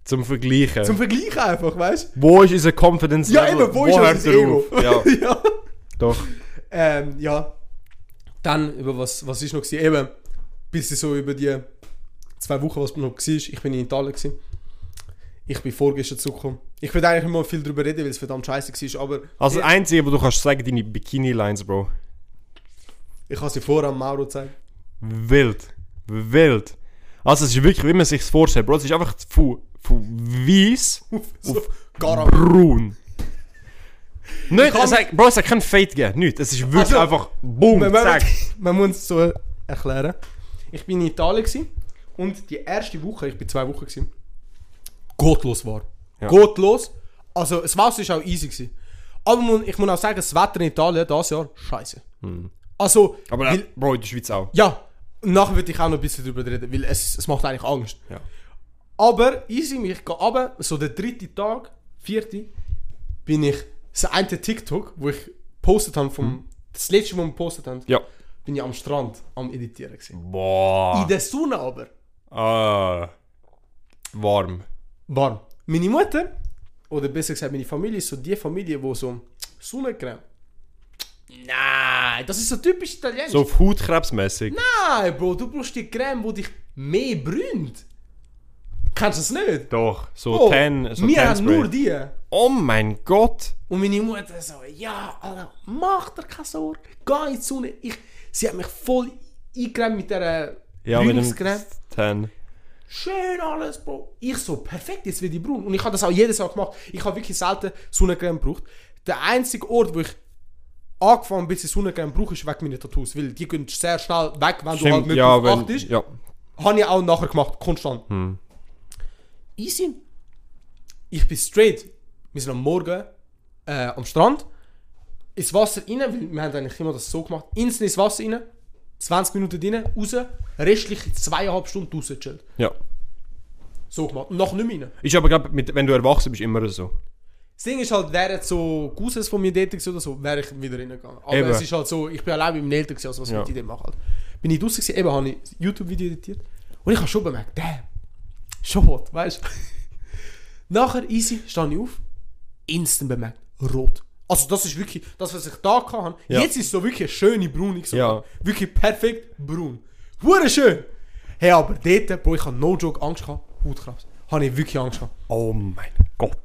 Speaker 4: Zum Vergleichen.
Speaker 3: zum Vergleichen einfach, weißt du?
Speaker 4: wo ist unser Confidence
Speaker 3: Ja, eben, wo ist
Speaker 4: hört
Speaker 3: das
Speaker 4: er
Speaker 3: Ego?
Speaker 4: auf? Ja,
Speaker 3: ja.
Speaker 4: doch.
Speaker 3: Ähm, ja. Dann, über was, was ist noch gewesen? Eben, bis so über die zwei Wochen, was noch war. Ich bin in Italien. Gewesen. Ich bin vorgestern zurückgekommen. Ich würde eigentlich nicht mal viel darüber reden, weil es verdammt scheiße war, aber
Speaker 4: Also das
Speaker 3: ich,
Speaker 4: Einzige, was du kannst sagen, deine Bikini-Lines, Bro.
Speaker 3: ich habe sie vorher am Mauro gezeigt.
Speaker 4: Wild. Wild. Also es ist wirklich, wie man sich vorstellt, Bro. Es ist einfach von, von weiss
Speaker 3: So,
Speaker 4: auf
Speaker 3: Garam.
Speaker 4: braun. Nicht,
Speaker 3: kann-
Speaker 4: es hat, Bro, es hat keinen Fade gegeben. Nicht. Es ist wirklich
Speaker 3: Also,
Speaker 4: einfach boom,
Speaker 3: man, man,
Speaker 4: zack.
Speaker 3: man muss es so erklären. Ich bin in Italien gewesen, und die erste Woche, ich bin zwei Wochen gewesen, gottlos war.
Speaker 4: Ja.
Speaker 3: Gottlos. Also das Wasser ist auch easy gewesen. Aber man, ich muss auch sagen, das Wetter in Italien dieses Jahr scheiße. Also,
Speaker 4: Hm. Aber äh,
Speaker 3: weil,
Speaker 4: Bro, in der Schweiz auch.
Speaker 3: ja, nachher würde ich auch noch ein bisschen drüber reden, weil es, es macht eigentlich Angst.
Speaker 4: Ja.
Speaker 3: Aber easy, ich gehe runter, so der dritte Tag, vierte, bin ich das eine TikTok, wo ich gepostet habe, vom, das letzte, wo wir gepostet haben,
Speaker 4: Hm. Ja.
Speaker 3: bin ich am Strand am Editieren. Gewesen. In
Speaker 4: Boah.
Speaker 3: der Sonne aber.
Speaker 4: Ah. Warm.
Speaker 3: Warm. Meine Mutter, oder besser gesagt meine Familie, ist so die Familie, wo so Sonnencreme. Nein, das ist so typisch italienisch.
Speaker 4: So auf Hautkrebsmäßig.
Speaker 3: Nein, Bro, du brauchst die Creme, die dich mehr brünt. Kennst du das nicht?
Speaker 4: Doch, so
Speaker 3: Bro,
Speaker 4: Tan, so
Speaker 3: wir
Speaker 4: Tan
Speaker 3: haben
Speaker 4: Spray.
Speaker 3: nur die.
Speaker 4: Oh mein Gott!
Speaker 3: Und meine Mutter so, ja, Alter, mach dir keine Sorgen, geh in die Sonne. Ich, sie hat mich voll eingeremt mit dieser
Speaker 4: Ja, mit dem
Speaker 3: Brünnungscreme.
Speaker 4: Tan.
Speaker 3: Schön alles, Bro. Ich so, perfekt, jetzt werde ich braun. Und ich habe das auch jedes Jahr gemacht. Ich habe wirklich selten Sonnencreme gebraucht. Der einzige Ort, wo ich angefangen habe, ein bisschen Sonnencreme zu brauchen, ist wegen meiner Tattoos. Weil die gehen sehr schnell weg, wenn du halt
Speaker 4: Stimmt,
Speaker 3: nicht
Speaker 4: ja,
Speaker 3: drauf
Speaker 4: wenn,
Speaker 3: achtest.
Speaker 4: ja. Hm.
Speaker 3: Habe ich auch nachher gemacht, konstant. Easy. Ich bin straight. Wir sind am Morgen äh, am Strand. Ins Wasser rein, weil wir haben eigentlich immer das so gemacht. Instant ins Wasser rein. 20 Minuten drin, raus, restliche zweieinhalb Stunden raus gechillt.
Speaker 4: Ja.
Speaker 3: So gemacht. Und nach nicht mehr rein.
Speaker 4: Ist aber, glaub, mit, wenn du erwachsen bist, dus immer so.
Speaker 3: Das Ding ist halt, wären so Cousins von mir dort gewesen oder so, wäre ich wieder reingegangen. Aber
Speaker 4: Eben.
Speaker 3: es ist halt so, ich bin allein mit meinen Eltern, gewesen, also was
Speaker 4: Ja.
Speaker 3: mit dem machen halt. Bin ich draußen gewesen, eben habe ich das YouTube-Video editiert. Und ich habe schon bemerkt, damn, schon hot, weißt du. Nachher, easy, stand ich auf, instant bemerkt, rot. Also das ist wirklich, das was ich da gehabt habe,
Speaker 4: Ja.
Speaker 3: jetzt ist so wirklich eine schöne Braune gewesen.
Speaker 4: Ja.
Speaker 3: Wirklich perfekt braun. Hure schön. Hey, aber dort, Bro, ich habe no joke Angst gehabt, Hautkrebs. Habe ich wirklich Angst gehabt.
Speaker 4: Oh mein Gott.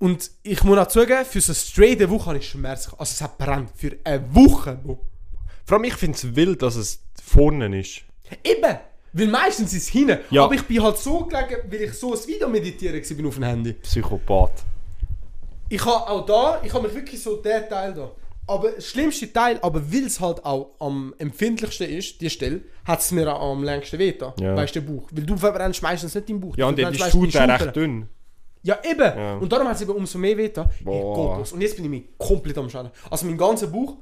Speaker 3: Und ich muss auch zugeben, für so straight eine Woche habe ich Schmerz gehabt. Also es hat brennt. Für eine Woche, Bro.
Speaker 4: Vor allem, ich finde es wild, dass es vorne ist.
Speaker 3: Eben! Weil meistens ist es hinten.
Speaker 4: Ja.
Speaker 3: Aber ich bin halt so gelegen, weil ich so ein Video meditieren war auf dem Handy.
Speaker 4: Psychopath.
Speaker 3: Ich habe auch da, ich habe mich wirklich so der Teil da. Aber das schlimmste Teil, aber weil es halt auch am empfindlichsten ist, die Stelle, hat es mir auch am längsten weh da.
Speaker 4: Ja.
Speaker 3: Weißt du, den Bauch. Weil du verbrennst meistens nicht den Bauch.
Speaker 4: Ja,
Speaker 3: du
Speaker 4: und dort ist
Speaker 3: verbrennst
Speaker 4: die
Speaker 3: meistens
Speaker 4: Schulter
Speaker 3: Schultern.
Speaker 4: recht dünn.
Speaker 3: Ja, eben. Und darum hat es eben umso mehr weh da.
Speaker 4: Boah.
Speaker 3: Und jetzt bin ich mich komplett am Schaden. Also mein ganzer Bauch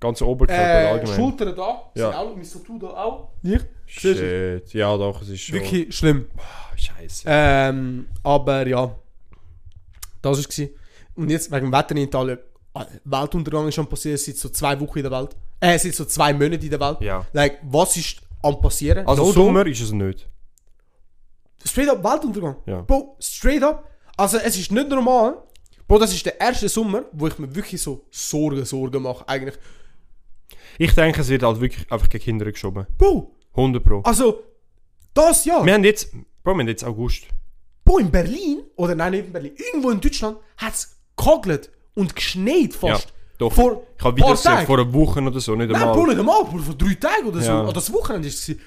Speaker 4: Ganz Oberkörper
Speaker 3: Äh,
Speaker 4: allgemein.
Speaker 3: Schultern da,
Speaker 4: Ja.
Speaker 3: sind auch, mein Tattoo da auch. Nicht?
Speaker 4: Shit. Ja, doch, es ist schon.
Speaker 3: Wirklich schlimm.
Speaker 4: Ah, Scheiße.
Speaker 3: Ähm, aber ja, das war es. Und jetzt wegen dem Wetter in Italien, ah, Weltuntergang ist schon passiert, es sind so zwei Wochen in der Welt. Äh, es sind so zwei Monate in der Welt.
Speaker 4: Ja.
Speaker 3: Like, was ist am passieren?
Speaker 4: Also,
Speaker 3: No
Speaker 4: Sommer ist es nicht.
Speaker 3: joke. Straight up Weltuntergang.
Speaker 4: Ja.
Speaker 3: Bro, straight up. Also es ist nicht normal. Bro, das ist der erste Sommer, wo ich mir wirklich so Sorgen, Sorgen mache eigentlich.
Speaker 4: Ich denke, es wird halt wirklich einfach gegen Kinder geschoben.
Speaker 3: Bro,
Speaker 4: 100 Pro.
Speaker 3: also das Jahr.
Speaker 4: Wir haben jetzt. Bro, wir haben jetzt August.
Speaker 3: Boah, in Berlin, oder nein, nicht in Berlin, irgendwo in Deutschland hat es gehagelt und geschneit fast.
Speaker 4: Ja, doch.
Speaker 3: Vor
Speaker 4: ich
Speaker 3: paar
Speaker 4: habe Videos gesehen,
Speaker 3: Tagen.
Speaker 4: vor einer Woche oder so, nicht
Speaker 3: Nein,
Speaker 4: einmal.
Speaker 3: Bro, nicht einmal, Bro, vor drei Tagen oder so.
Speaker 4: Ja.
Speaker 3: Oder das Wochenende war es. gewesen.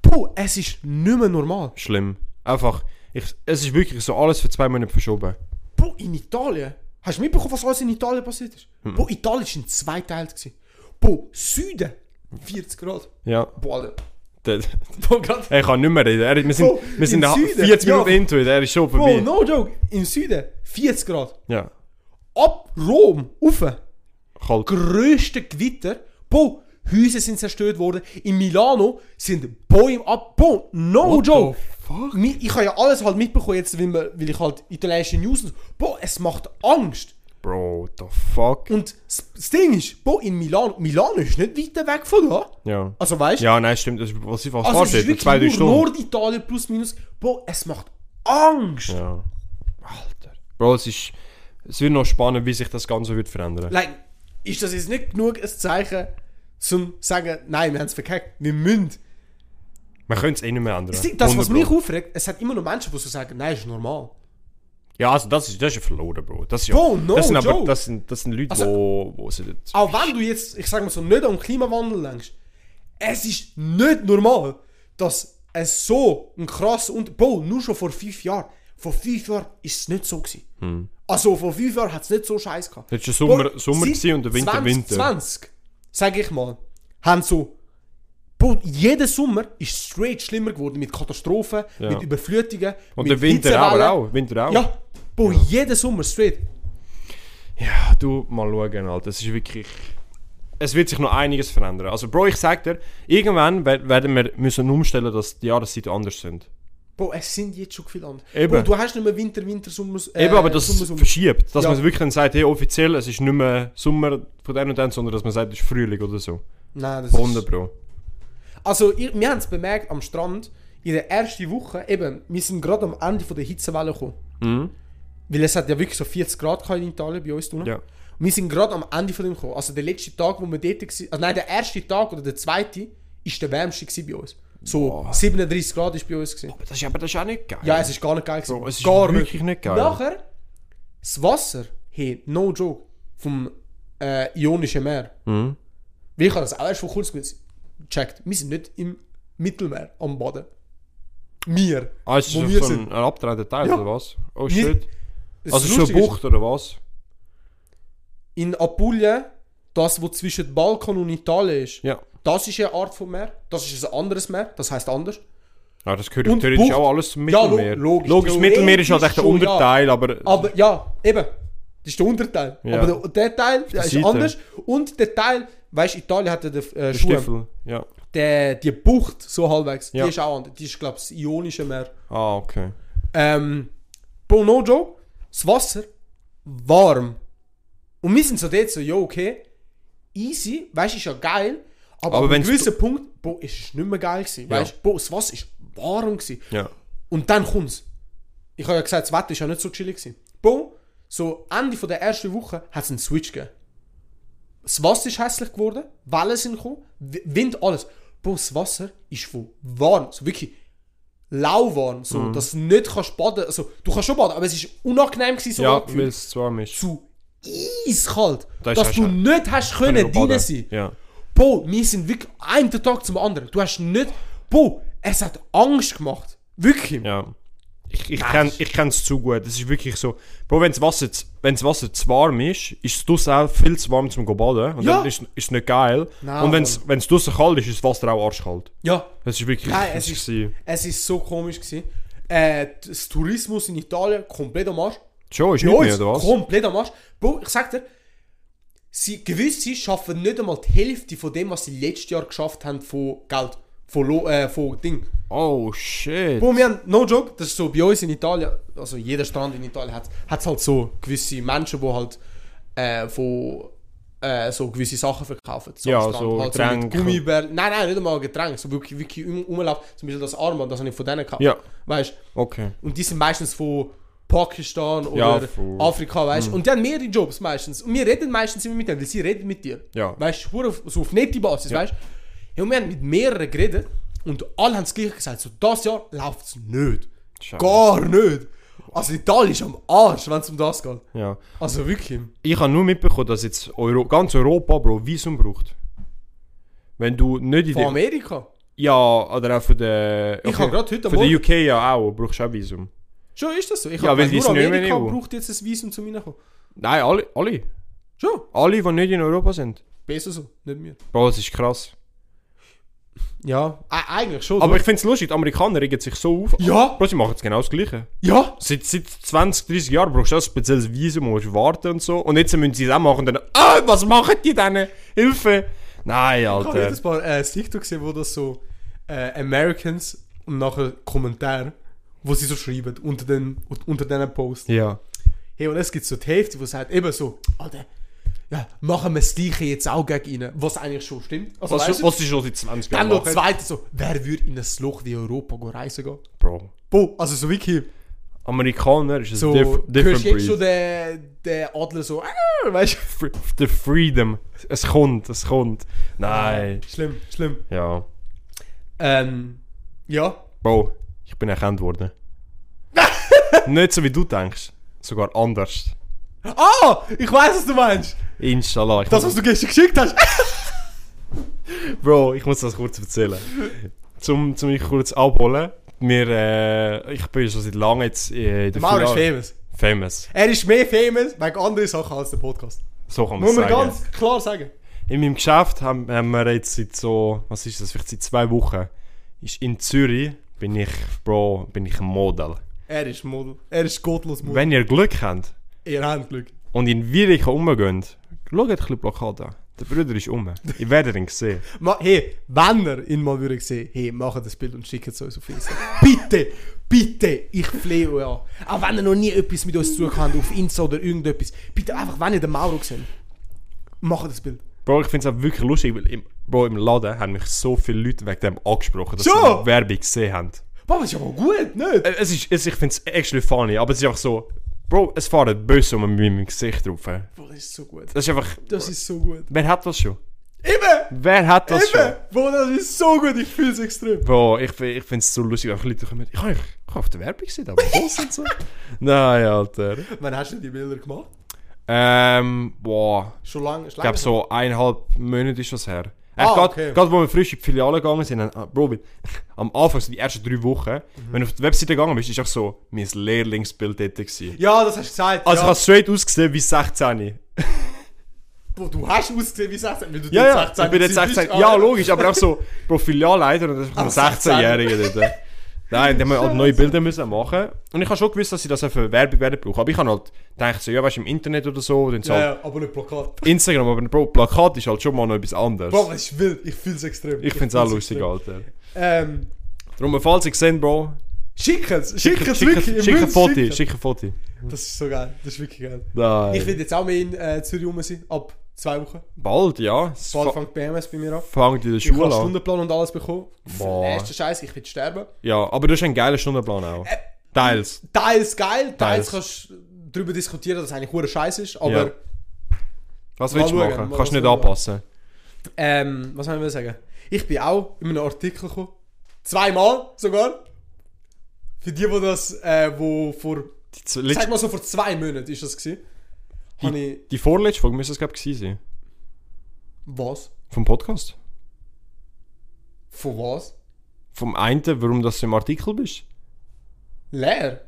Speaker 3: Bro, es ist nicht mehr normal.
Speaker 4: Schlimm. Einfach. Ich, es ist wirklich so alles für zwei Monate verschoben.
Speaker 3: Bro, in Italien, hast du mitbekommen, was alles in Italien passiert ist?
Speaker 4: Hm.
Speaker 3: Bro, Italien war in zwei Teilen. gewesen. Bro, Süden, 40 Grad.
Speaker 4: Ja.
Speaker 3: Boah, Alter.
Speaker 4: Der-
Speaker 3: Bro, grad-
Speaker 4: Er kann nicht mehr reden. Er, wir sind,
Speaker 3: Bro,
Speaker 4: wir sind
Speaker 3: im
Speaker 4: nach
Speaker 3: Süden.
Speaker 4: 40
Speaker 3: Ja.
Speaker 4: Minuten into it. Er ist schon
Speaker 3: Bro,
Speaker 4: vorbei.
Speaker 3: no joke, im Süden, 40 Grad.
Speaker 4: Ja.
Speaker 3: Ab Rom, rauf.
Speaker 4: Kalt.
Speaker 3: grössten Gewitter. Boah, Häuser sind zerstört worden. In Milano sind Bäume ab. Boah, no
Speaker 4: What the
Speaker 3: joke. Mi- Ich habe ja alles halt mitbekommen, jetzt, weil, wir, weil ich halt italienische News. und so- Boah, es macht Angst.
Speaker 4: Bro, the fuck.
Speaker 3: Und s- das Ding ist, boah, in Milano. Milano ist nicht weiter weg von da.
Speaker 4: Ja.
Speaker 3: Also weißt du?
Speaker 4: Ja, nein, stimmt. Das ist, was ich fast
Speaker 3: also es
Speaker 4: also
Speaker 3: ist
Speaker 4: steht.
Speaker 3: wirklich
Speaker 4: Zwei, drei
Speaker 3: nur
Speaker 4: Stunden.
Speaker 3: Norditalien plus minus. Boah, es macht Angst.
Speaker 4: Ja. Alter. Bro, es ist. Es wird noch spannend, wie sich das Ganze wird verändern.
Speaker 3: Like, ist das jetzt nicht genug ein Zeichen, zum sagen, nein, wir haben es verkackt. Wir müssen
Speaker 4: Man könnte es eh nicht mehr ändern.
Speaker 3: Das, Ding- das was mich
Speaker 4: Wunderbar.
Speaker 3: aufregt, es hat immer noch Menschen, die so sagen, nein, ist normal.
Speaker 4: Ja, also das ist, das ist ja verloren, Bro. Das ist ja,
Speaker 3: Bro, no
Speaker 4: das sind aber
Speaker 3: joke.
Speaker 4: das sind, das sind Leute,
Speaker 3: Also-
Speaker 4: wo, wo sie das,
Speaker 3: Auch wenn du jetzt, ich sage mal so, nicht an den Klimawandel denkst, es ist nicht normal, dass es so ein krass und Bro, nur schon vor fünf Jahren. Vor fünf Jahren ist es nicht so gewesen. Also vor fünf Jahren hat es nicht so scheiße gehabt.
Speaker 4: Das Hm. ist schon Sommer-
Speaker 3: Bro,
Speaker 4: Sommer
Speaker 3: seit
Speaker 4: gewesen und der Winter Winter.
Speaker 3: 2020, sag ich mal, haben so Bro, jeden Sommer ist straight schlimmer geworden mit Katastrophen,
Speaker 4: Ja.
Speaker 3: mit Überflutungen.
Speaker 4: Und
Speaker 3: mit
Speaker 4: der Winter
Speaker 3: Hitzewellen.
Speaker 4: aber auch. Winter auch.
Speaker 3: Ja, Bro, jeden Sommer straight.
Speaker 4: Ja, du, mal schauen, Alter. Es ist wirklich... Es wird sich noch einiges verändern. Also, Bro, ich sag dir, irgendwann wer- werden wir müssen umstellen, dass die Jahreszeiten anders sind.
Speaker 3: Bro, es sind jetzt schon viele andere.
Speaker 4: Eben.
Speaker 3: Bro, du hast nicht mehr Winter, Winter, Sommer, äh,
Speaker 4: Eben, aber das
Speaker 3: Sommer, Sommer.
Speaker 4: verschiebt. Dass
Speaker 3: Ja.
Speaker 4: man wirklich dann sagt, hey, offiziell, es ist nicht mehr Sommer von dann und dann, sondern dass man sagt, es ist Frühling oder so.
Speaker 3: Nein, das
Speaker 4: Wunder,
Speaker 3: ist...
Speaker 4: Bro.
Speaker 3: Also, ihr, wir haben es bemerkt am Strand, in der ersten Woche, eben, wir sind gerade am Ende von der Hitzewelle gekommen.
Speaker 4: Mhm.
Speaker 3: Weil es hat ja wirklich so 40 Grad gehabt in Italien bei uns drunten.
Speaker 4: Ja.
Speaker 3: Und wir sind gerade am Ende von dem gekommen. Also der letzte Tag, wo wir dort waren, also nein, der erste Tag oder der zweite, ist der wärmste gewesen bei uns. So 37 Grad ist bei uns. Gewesen.
Speaker 4: Aber das ist, aber das ist auch nicht geil.
Speaker 3: Ja, es ist gar nicht geil. gewesen.
Speaker 4: Bro, es ist
Speaker 3: gar
Speaker 4: wirklich nicht geil.
Speaker 3: Nachher, das Wasser, hey, no joke, vom äh, Ionischen Meer.
Speaker 4: Mhm.
Speaker 3: Weil ich habe das auch erst vor kurzem gecheckt. Wir sind nicht im Mittelmeer am Baden. Wir.
Speaker 4: ah, es ist
Speaker 3: wo
Speaker 4: so
Speaker 3: wir
Speaker 4: ein,
Speaker 3: sind.
Speaker 4: ein abgetrennter Teil,
Speaker 3: Ja.
Speaker 4: oder was? Oh,
Speaker 3: Wir-
Speaker 4: shit.
Speaker 3: Das
Speaker 4: Also, es ist so eine
Speaker 3: Lustige ist,
Speaker 4: Bucht, oder was?
Speaker 3: In Apulien, das, was zwischen Balkan und Italien ist,
Speaker 4: Ja.
Speaker 3: das ist eine Art von Meer. Das ist ein anderes Meer, das heißt anders.
Speaker 4: Ja, das gehört
Speaker 3: Und
Speaker 4: theoretisch
Speaker 3: Bucht-
Speaker 4: auch alles zum
Speaker 3: Ja, lo-
Speaker 4: Mittelmeer.
Speaker 3: logisch.
Speaker 4: logisch, das Mittelmeer ist halt echt ein
Speaker 3: Theoretisch schon,
Speaker 4: Unterteil, aber...
Speaker 3: Aber ja, eben. Das ist der Unterteil.
Speaker 4: Ja.
Speaker 3: Aber der, der Teil der ist
Speaker 4: Seite.
Speaker 3: anders. Und der Teil, weißt du, Italien hat ja den äh,
Speaker 4: Der
Speaker 3: Schuh,
Speaker 4: Stiefel. Ja.
Speaker 3: der, die Bucht so halbwegs,
Speaker 4: Ja.
Speaker 3: die ist auch anders. Die ist, glaube ich, das Ionische Meer.
Speaker 4: Ah, okay.
Speaker 3: Ähm, Bro, no joke, das Wasser warm. Und wir sind so dort so, ja, okay, easy, weißt du, ist ja geil. Aber,
Speaker 4: Aber
Speaker 3: aber an einem
Speaker 4: wenn's
Speaker 3: gewissen Punkt, boah, ist es nicht mehr geil gewesen. Weißt du, boah, das Wasser ist warm gewesen.
Speaker 4: Ja.
Speaker 3: Und dann kommt's. Ich habe ja gesagt, das Wetter ist ja nicht so chillig gewesen. Boom, so Ende von der ersten Woche hat es einen Switch gegeben. Das Wasser ist hässlich geworden, Wellen sind gekommen, W- Wind, alles. Boom, das Wasser ist von warm, so wirklich lauwarm, so,
Speaker 4: Mhm.
Speaker 3: dass du nicht kannst baden, also du kannst schon baden, aber es ist unangenehm gewesen, so
Speaker 4: Ja, weil
Speaker 3: angefühlt.
Speaker 4: es zu warm ist.
Speaker 3: zu eiskalt,
Speaker 4: Da ist
Speaker 3: dass
Speaker 4: hast
Speaker 3: du
Speaker 4: du-
Speaker 3: nicht hast
Speaker 4: Können
Speaker 3: können
Speaker 4: wir
Speaker 3: drin
Speaker 4: baden.
Speaker 3: sein.
Speaker 4: Ja.
Speaker 3: Bo, wir sind wirklich einen Tag zum anderen. Du hast nicht, Bo, es hat Angst gemacht, wirklich.
Speaker 4: Ja. Ich, ich kenne ich es zu gut. Es ist wirklich so. Bro, wenn das Wasser, zu- wenn das Wasser zu warm ist, ist es draussen auch viel zu warm zum go baden. Und
Speaker 3: Ja.
Speaker 4: dann ist es nicht geil.
Speaker 3: Nein,
Speaker 4: Und wenn es wenn es draussen kalt ist, ist das Wasser auch arschkalt.
Speaker 3: ja.
Speaker 4: Es ist wirklich.
Speaker 3: Nein,
Speaker 4: das
Speaker 3: Ah, es ist,
Speaker 4: gewesen.
Speaker 3: es ist so komisch gewesen. Äh, das Tourismus in Italien komplett am Arsch.
Speaker 4: Schon, ist
Speaker 3: Bei
Speaker 4: nicht mehr,
Speaker 3: uns
Speaker 4: oder was?
Speaker 3: komplett am Arsch. Bro, ich sag dir, sie, gewisse schaffen nicht einmal die Hälfte von dem, was sie letztes Jahr geschafft haben von Geld. Von, Lo- äh, von Ding.
Speaker 4: Oh shit.
Speaker 3: Bro, wir haben, no joke, das ist so bei uns in Italien, also jeder Strand in Italien hat es halt so gewisse Menschen, die halt äh, von äh, so gewisse Sachen verkaufen. So am
Speaker 4: Ja,
Speaker 3: Strand.
Speaker 4: so
Speaker 3: halt So
Speaker 4: Getränke.
Speaker 3: mit Gummibärchen. Nein, nein, nicht einmal Getränke, so wirklich, wirklich um, rumlaufen. Zum Beispiel das Armband, das habe ich von denen gehabt.
Speaker 4: Ja.
Speaker 3: Weißt
Speaker 4: Okay.
Speaker 3: Und die sind meistens von Pakistan oder
Speaker 4: Ja, von-
Speaker 3: Afrika, weißt
Speaker 4: Mhm.
Speaker 3: Und die haben mehrere Jobs meistens. Und wir reden meistens immer mit denen, weil sie reden mit dir.
Speaker 4: Ja.
Speaker 3: Weißt du, auf, so auf nette Basis, weißt Ja, und wir haben mit mehreren geredet und alle haben das gleiche gesagt. So, das Jahr läuft es nicht.
Speaker 4: Scheiße.
Speaker 3: Gar nicht. Also Italien ist am Arsch, wenn es um das geht.
Speaker 4: Ja.
Speaker 3: Also wirklich.
Speaker 4: Ich habe nur mitbekommen, dass jetzt Euro ganz Europa, Bro, Visum braucht. Wenn du nicht in
Speaker 3: Von
Speaker 4: der...
Speaker 3: Amerika.
Speaker 4: Ja, oder auch von der...
Speaker 3: Ich habe gerade heute
Speaker 4: Von
Speaker 3: Morgen-
Speaker 4: der UK ja auch, brauchst du auch Visum.
Speaker 3: Schon ist das so. Ich
Speaker 4: Ja,
Speaker 3: hab
Speaker 4: weil
Speaker 3: gemeint,
Speaker 4: die
Speaker 3: nur
Speaker 4: sind nicht mehr in E
Speaker 3: Amerika
Speaker 4: EU.
Speaker 3: braucht jetzt ein Visum zum Reinkommen.
Speaker 4: Nein, alle, alle.
Speaker 3: Schon.
Speaker 4: Alle, die nicht in Europa sind.
Speaker 3: Besser so, nicht mehr.
Speaker 4: Bro, das ist krass.
Speaker 3: Ja. Ä eigentlich schon.
Speaker 4: Aber
Speaker 3: oder?
Speaker 4: ich finde es lustig, die Amerikaner regen sich so auf.
Speaker 3: Ja.
Speaker 4: Bro, sie machen jetzt genau das Gleiche.
Speaker 3: ja.
Speaker 4: Seit, seit 20, 30 Jahren brauchst du auch ein spezielles Visum, musst warten und so. Und jetzt müssen sie es auch machen und dann... Ah, was machen die denn? Hilfe! Nein,
Speaker 3: Ich habe
Speaker 4: Alter.
Speaker 3: jedes Mal äh, ein TikTok gesehen, wo das so äh, Americans und nachher Kommentar, wo sie so schreiben unter den unter diesen Post.
Speaker 4: Ja.
Speaker 3: Hey, und es gibt so die Hälfte, die sagt eben so, Alter, ja, machen wir das Gleiche jetzt auch gegen ihnen, was eigentlich schon stimmt. Also, weißt
Speaker 4: Was,
Speaker 3: du,
Speaker 4: was ist schon seit 20
Speaker 3: dann
Speaker 4: Jahren?
Speaker 3: noch
Speaker 4: machen?
Speaker 3: zweite so, wer würde in ein Loch wie Europa go reisen gehen?
Speaker 4: Bro.
Speaker 3: Boah, also so wirklich,
Speaker 4: Amerikaner ist ein
Speaker 3: so,
Speaker 4: dus diff
Speaker 3: du hörst
Speaker 4: different
Speaker 3: jetzt schon
Speaker 4: breed.
Speaker 3: den, den Adler so, äh, weißt du,
Speaker 4: Fr- The freedom. Es kommt, es kommt. Nein.
Speaker 3: schlimm, schlimm.
Speaker 4: Ja.
Speaker 3: Ähm, ja,
Speaker 4: Bro, ich bin erkannt worden. Nicht so wie du denkst. Sogar anders.
Speaker 3: ah, ich weiß, was du meinst,
Speaker 4: Inshallah. Ich
Speaker 3: das, was
Speaker 4: muss,
Speaker 3: du gestern geschickt hast.
Speaker 4: Bro, ich muss das kurz erzählen. zum, zum mich kurz abholen. Wir, äh, ich bin schon seit langem jetzt äh, in der
Speaker 3: Mauro ist
Speaker 4: Fila-
Speaker 3: famous.
Speaker 4: famous.
Speaker 3: Er ist mehr famous wegen anderen Sachen als der Podcast.
Speaker 4: So kann man
Speaker 3: Muss man
Speaker 4: sagen.
Speaker 3: ganz klar sagen.
Speaker 4: In meinem Geschäft haben, haben wir jetzt seit so, was ist das, vielleicht seit zwei Wochen, ist in Zürich, bin ich, Bro, bin ich ein Model.
Speaker 3: Er ist Model. Er ist gottlos Model.
Speaker 4: Wenn ihr Glück habt
Speaker 3: Ihr habt Glück.
Speaker 4: und in Wirika rumgeht, schaut ein bisschen Blockade an. Der Bruder ist um. Ich werde ihn sehen.
Speaker 3: Ma hey, wenn ihr ihn mal würde sehen, hey, macht das Bild und schickt es uns auf Insta. bitte, bitte, ich flehe euch an. Auch wenn ihr noch nie etwas mit uns zu tun habt, auf Insta oder irgendetwas. Bitte einfach, wenn ihr den Mauro seht, macht das Bild.
Speaker 4: Bro, ich finde es auch wirklich lustig, weil im, Bro, im Laden haben mich so viele Leute wegen dem angesprochen, dass
Speaker 3: Schon?
Speaker 4: sie die Werbung gesehen haben.
Speaker 3: Boah, das ist aber gut, nicht?
Speaker 4: Äh, Es ist, es, ich finde es actually funny, aber es ist einfach so, Bro, es fahren Böse um mit meinem Gesicht drauf.
Speaker 3: Boah, das ist so gut.
Speaker 4: Das ist einfach,
Speaker 3: Das ist so gut.
Speaker 4: wer hat das schon?
Speaker 3: Eben!
Speaker 4: Wer hat das schon?
Speaker 3: Eben! Boah, das ist so gut, ich fühle es extrem.
Speaker 4: Bro, ich, fi- ich finde es so lustig, einfach Leute kommen. Ich habe auf der Werbung gesehen, aber was und so. Nein, Alter.
Speaker 3: Wann hast du die Bilder gemacht?
Speaker 4: Ähm, boah.
Speaker 3: Schon lange?
Speaker 4: Ich glaube, so eineinhalb Monate ist das her.
Speaker 3: Ah,
Speaker 4: Ah, gerade,
Speaker 3: okay.
Speaker 4: gerade, wo wir frisch in die Filiale gegangen sind, haben- ah, Bro, weil- am Anfang, so die ersten drei Wochen,
Speaker 3: Mhm.
Speaker 4: wenn du auf die Webseite gegangen bist, ist auch so mein Lehrlingsbild dort. Gewesen.
Speaker 3: Ja, das hast du gesagt.
Speaker 4: Also, ich
Speaker 3: ja.
Speaker 4: habe straight ausgesehen wie 16.
Speaker 3: Bro, du hast ausgesehen wie 16, weil du
Speaker 4: Ja,
Speaker 3: dort
Speaker 4: ja, ich bin jetzt
Speaker 3: gewesen
Speaker 4: 16.
Speaker 3: bist,
Speaker 4: Ja,
Speaker 3: aber-
Speaker 4: logisch, aber auch so, Bro, Filialleiter und das ist
Speaker 3: Aber
Speaker 4: ein 16-Jähriger dort. Nein, dann haben wir halt neue Bilder müssen machen. Und ich habe schon gewusst, dass sie das auch für Werbung werden brauchen. Aber ich habe halt gedacht, so, ja, weißt du, im Internet oder so, dann so halt
Speaker 3: aber nicht Plakat.
Speaker 4: Instagram, aber Bro, Plakat ist halt schon mal noch etwas anderes.
Speaker 3: Bro, es ist wild. Ich fühle es extrem.
Speaker 4: ich finde es auch
Speaker 3: fühl's
Speaker 4: lustig,
Speaker 3: extrem.
Speaker 4: Alter.
Speaker 3: Ähm,
Speaker 4: Darum, falls ihr seht, Bro,
Speaker 3: schick es. Schick es
Speaker 4: schick,
Speaker 3: wirklich.
Speaker 4: schick,
Speaker 3: ihr
Speaker 4: schick ein
Speaker 3: müsst
Speaker 4: Foto,
Speaker 3: schicken.
Speaker 4: schick ein Foto.
Speaker 3: Das ist so geil. Das ist wirklich geil.
Speaker 4: Nein.
Speaker 3: Ich will jetzt auch mehr in äh, Zürich rum sein. Ab zwei Wochen.
Speaker 4: Bald, ja. Es
Speaker 3: Bald
Speaker 4: fa-
Speaker 3: fängt BMS bei mir an.
Speaker 4: fängt in der
Speaker 3: Ich habe
Speaker 4: Schule
Speaker 3: einen
Speaker 4: an.
Speaker 3: Stundenplan und alles bekommen.
Speaker 4: Boah.
Speaker 3: Erster Scheiß, ich will sterben.
Speaker 4: Ja, aber du hast einen geilen Stundenplan auch.
Speaker 3: Äh,
Speaker 4: Teils.
Speaker 3: Teils geil, teils,
Speaker 4: Teils.
Speaker 3: kannst du darüber diskutieren, dass es eigentlich hure Scheiße ist. Aber
Speaker 4: Ja. Was willst du
Speaker 3: schauen,
Speaker 4: machen?
Speaker 3: mal was
Speaker 4: Kannst du nicht
Speaker 3: wir machen.
Speaker 4: anpassen.
Speaker 3: ähm, was wollen wir sagen? Ich bin auch in einem Artikel gekommen. Zweimal sogar. Für die, die das, äh, wo vor,
Speaker 4: Die, z-
Speaker 3: sag
Speaker 4: letz-
Speaker 3: mal so vor zwei Monaten ist das gewesen. Habe ich,
Speaker 4: die vorletzte Folge müsste es, glaube ich, gewesen sein.
Speaker 3: was?
Speaker 4: Vom Podcast.
Speaker 3: Von was?
Speaker 4: Vom einen, warum das du im Artikel bist.
Speaker 3: Leer.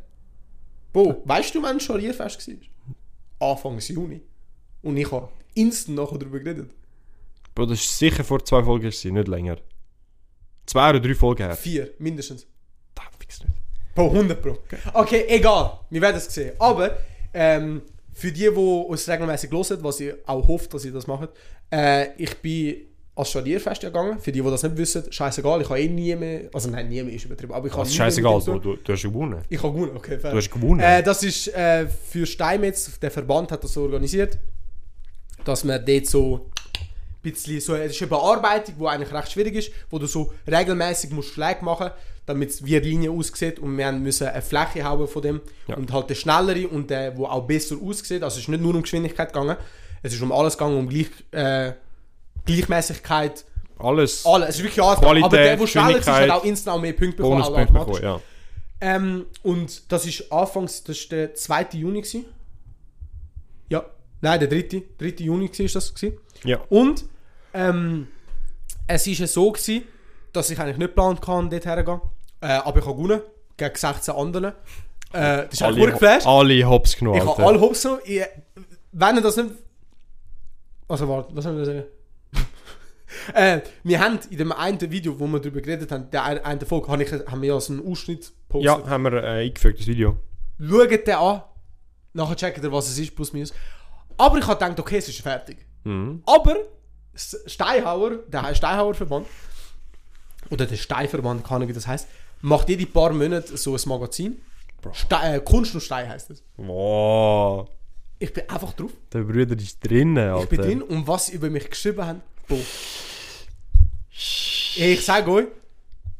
Speaker 3: Bo, weißt du, wann das Scharierfest war? Anfangs Juni. Und ich habe instant nachher darüber geredet.
Speaker 4: Bro, das ist sicher vor zwei Folgen, gewesen, nicht länger. Zwei oder drei Folgen her.
Speaker 3: Vier, mindestens.
Speaker 4: Da fix nicht.
Speaker 3: Pro 100 Pro. Okay, egal. Wir werden es sehen. Aber ähm, für die, die uns regelmäßig hören, was ich auch hoffe, dass ihr das macht, äh, ich bin ans Scharnierfest gegangen. Für die, die das nicht wissen, scheißegal, ich habe eh nie mehr. Also nein, nie mehr ist übertrieben. Aber ich habe
Speaker 4: Das ist
Speaker 3: nie mehr mit
Speaker 4: Also scheißegal,
Speaker 3: dem zu
Speaker 4: Bro.
Speaker 3: tun.
Speaker 4: Du, du hast gewonnen.
Speaker 3: Ich habe gewonnen, okay, fair.
Speaker 4: Du hast gewonnen.
Speaker 3: Äh, das ist äh, für Steinmetz, der Verband hat das so organisiert, dass man dort so ein bisschen so, es ist eine Bearbeitung, die eigentlich recht schwierig ist, wo du so regelmäßig musst Schläge machen, damit es wie eine Linie aussieht und wir haben müssen eine Fläche haben von dem
Speaker 4: Ja.
Speaker 3: und halt der schnellere und der, wo auch besser aussieht, also es ist nicht nur um Geschwindigkeit gegangen, es ist um alles gegangen, um gleich, äh, Gleichmäßigkeit,
Speaker 4: Alles.
Speaker 3: alles, es ist wirklich alles,
Speaker 4: Qualität,
Speaker 3: aber der, der schneller ist, hat
Speaker 4: Geschwindigkeit,
Speaker 3: auch instant auch mehr Punkte bekommen, auch
Speaker 4: Bonuspunkte
Speaker 3: automatisch.
Speaker 4: bekommen, ja.
Speaker 3: Ähm, und das ist anfangs, das ist der 2. Juni. Gewesen. Ja, nein, der 3. 3. Juni war das. Gewesen.
Speaker 4: Ja.
Speaker 3: Und ähm, es war so, gewesen, dass ich eigentlich nicht geplant kann, dort herzugehen. Äh, aber ich habe gewonnen, gegen 16 anderen. Äh, das ist auch gut geflasht.
Speaker 4: alle Hops genommen,
Speaker 3: Ich habe alle Hops genommen. Ich, wenn ihr das nicht... Also warte, was soll ich sagen? äh, wir haben in dem einen Video, wo wir darüber geredet haben, der einen einen Folge, habe ich- haben wir ja so einen Ausschnitt gepostet.
Speaker 4: Ja, haben wir äh, eingefügt, das Video.
Speaker 3: schaut den an, nachher checkt ihr, was es ist, plus minus. Aber ich habe gedacht, okay, es ist fertig.
Speaker 4: Mhm.
Speaker 3: Aber S- Steinhauer, der Herr Steinhauer Verband, oder der Steinverband, keine Ahnung, wie das heißt, macht jede paar Monate so ein Magazin. Ste äh, Kunst und Stein heißt es.
Speaker 4: Wow.
Speaker 3: Ich bin einfach drauf,
Speaker 4: Der Bruder ist drinnen, Alter.
Speaker 3: ich bin drin und was sie über mich geschrieben haben, boah. Ich sage euch,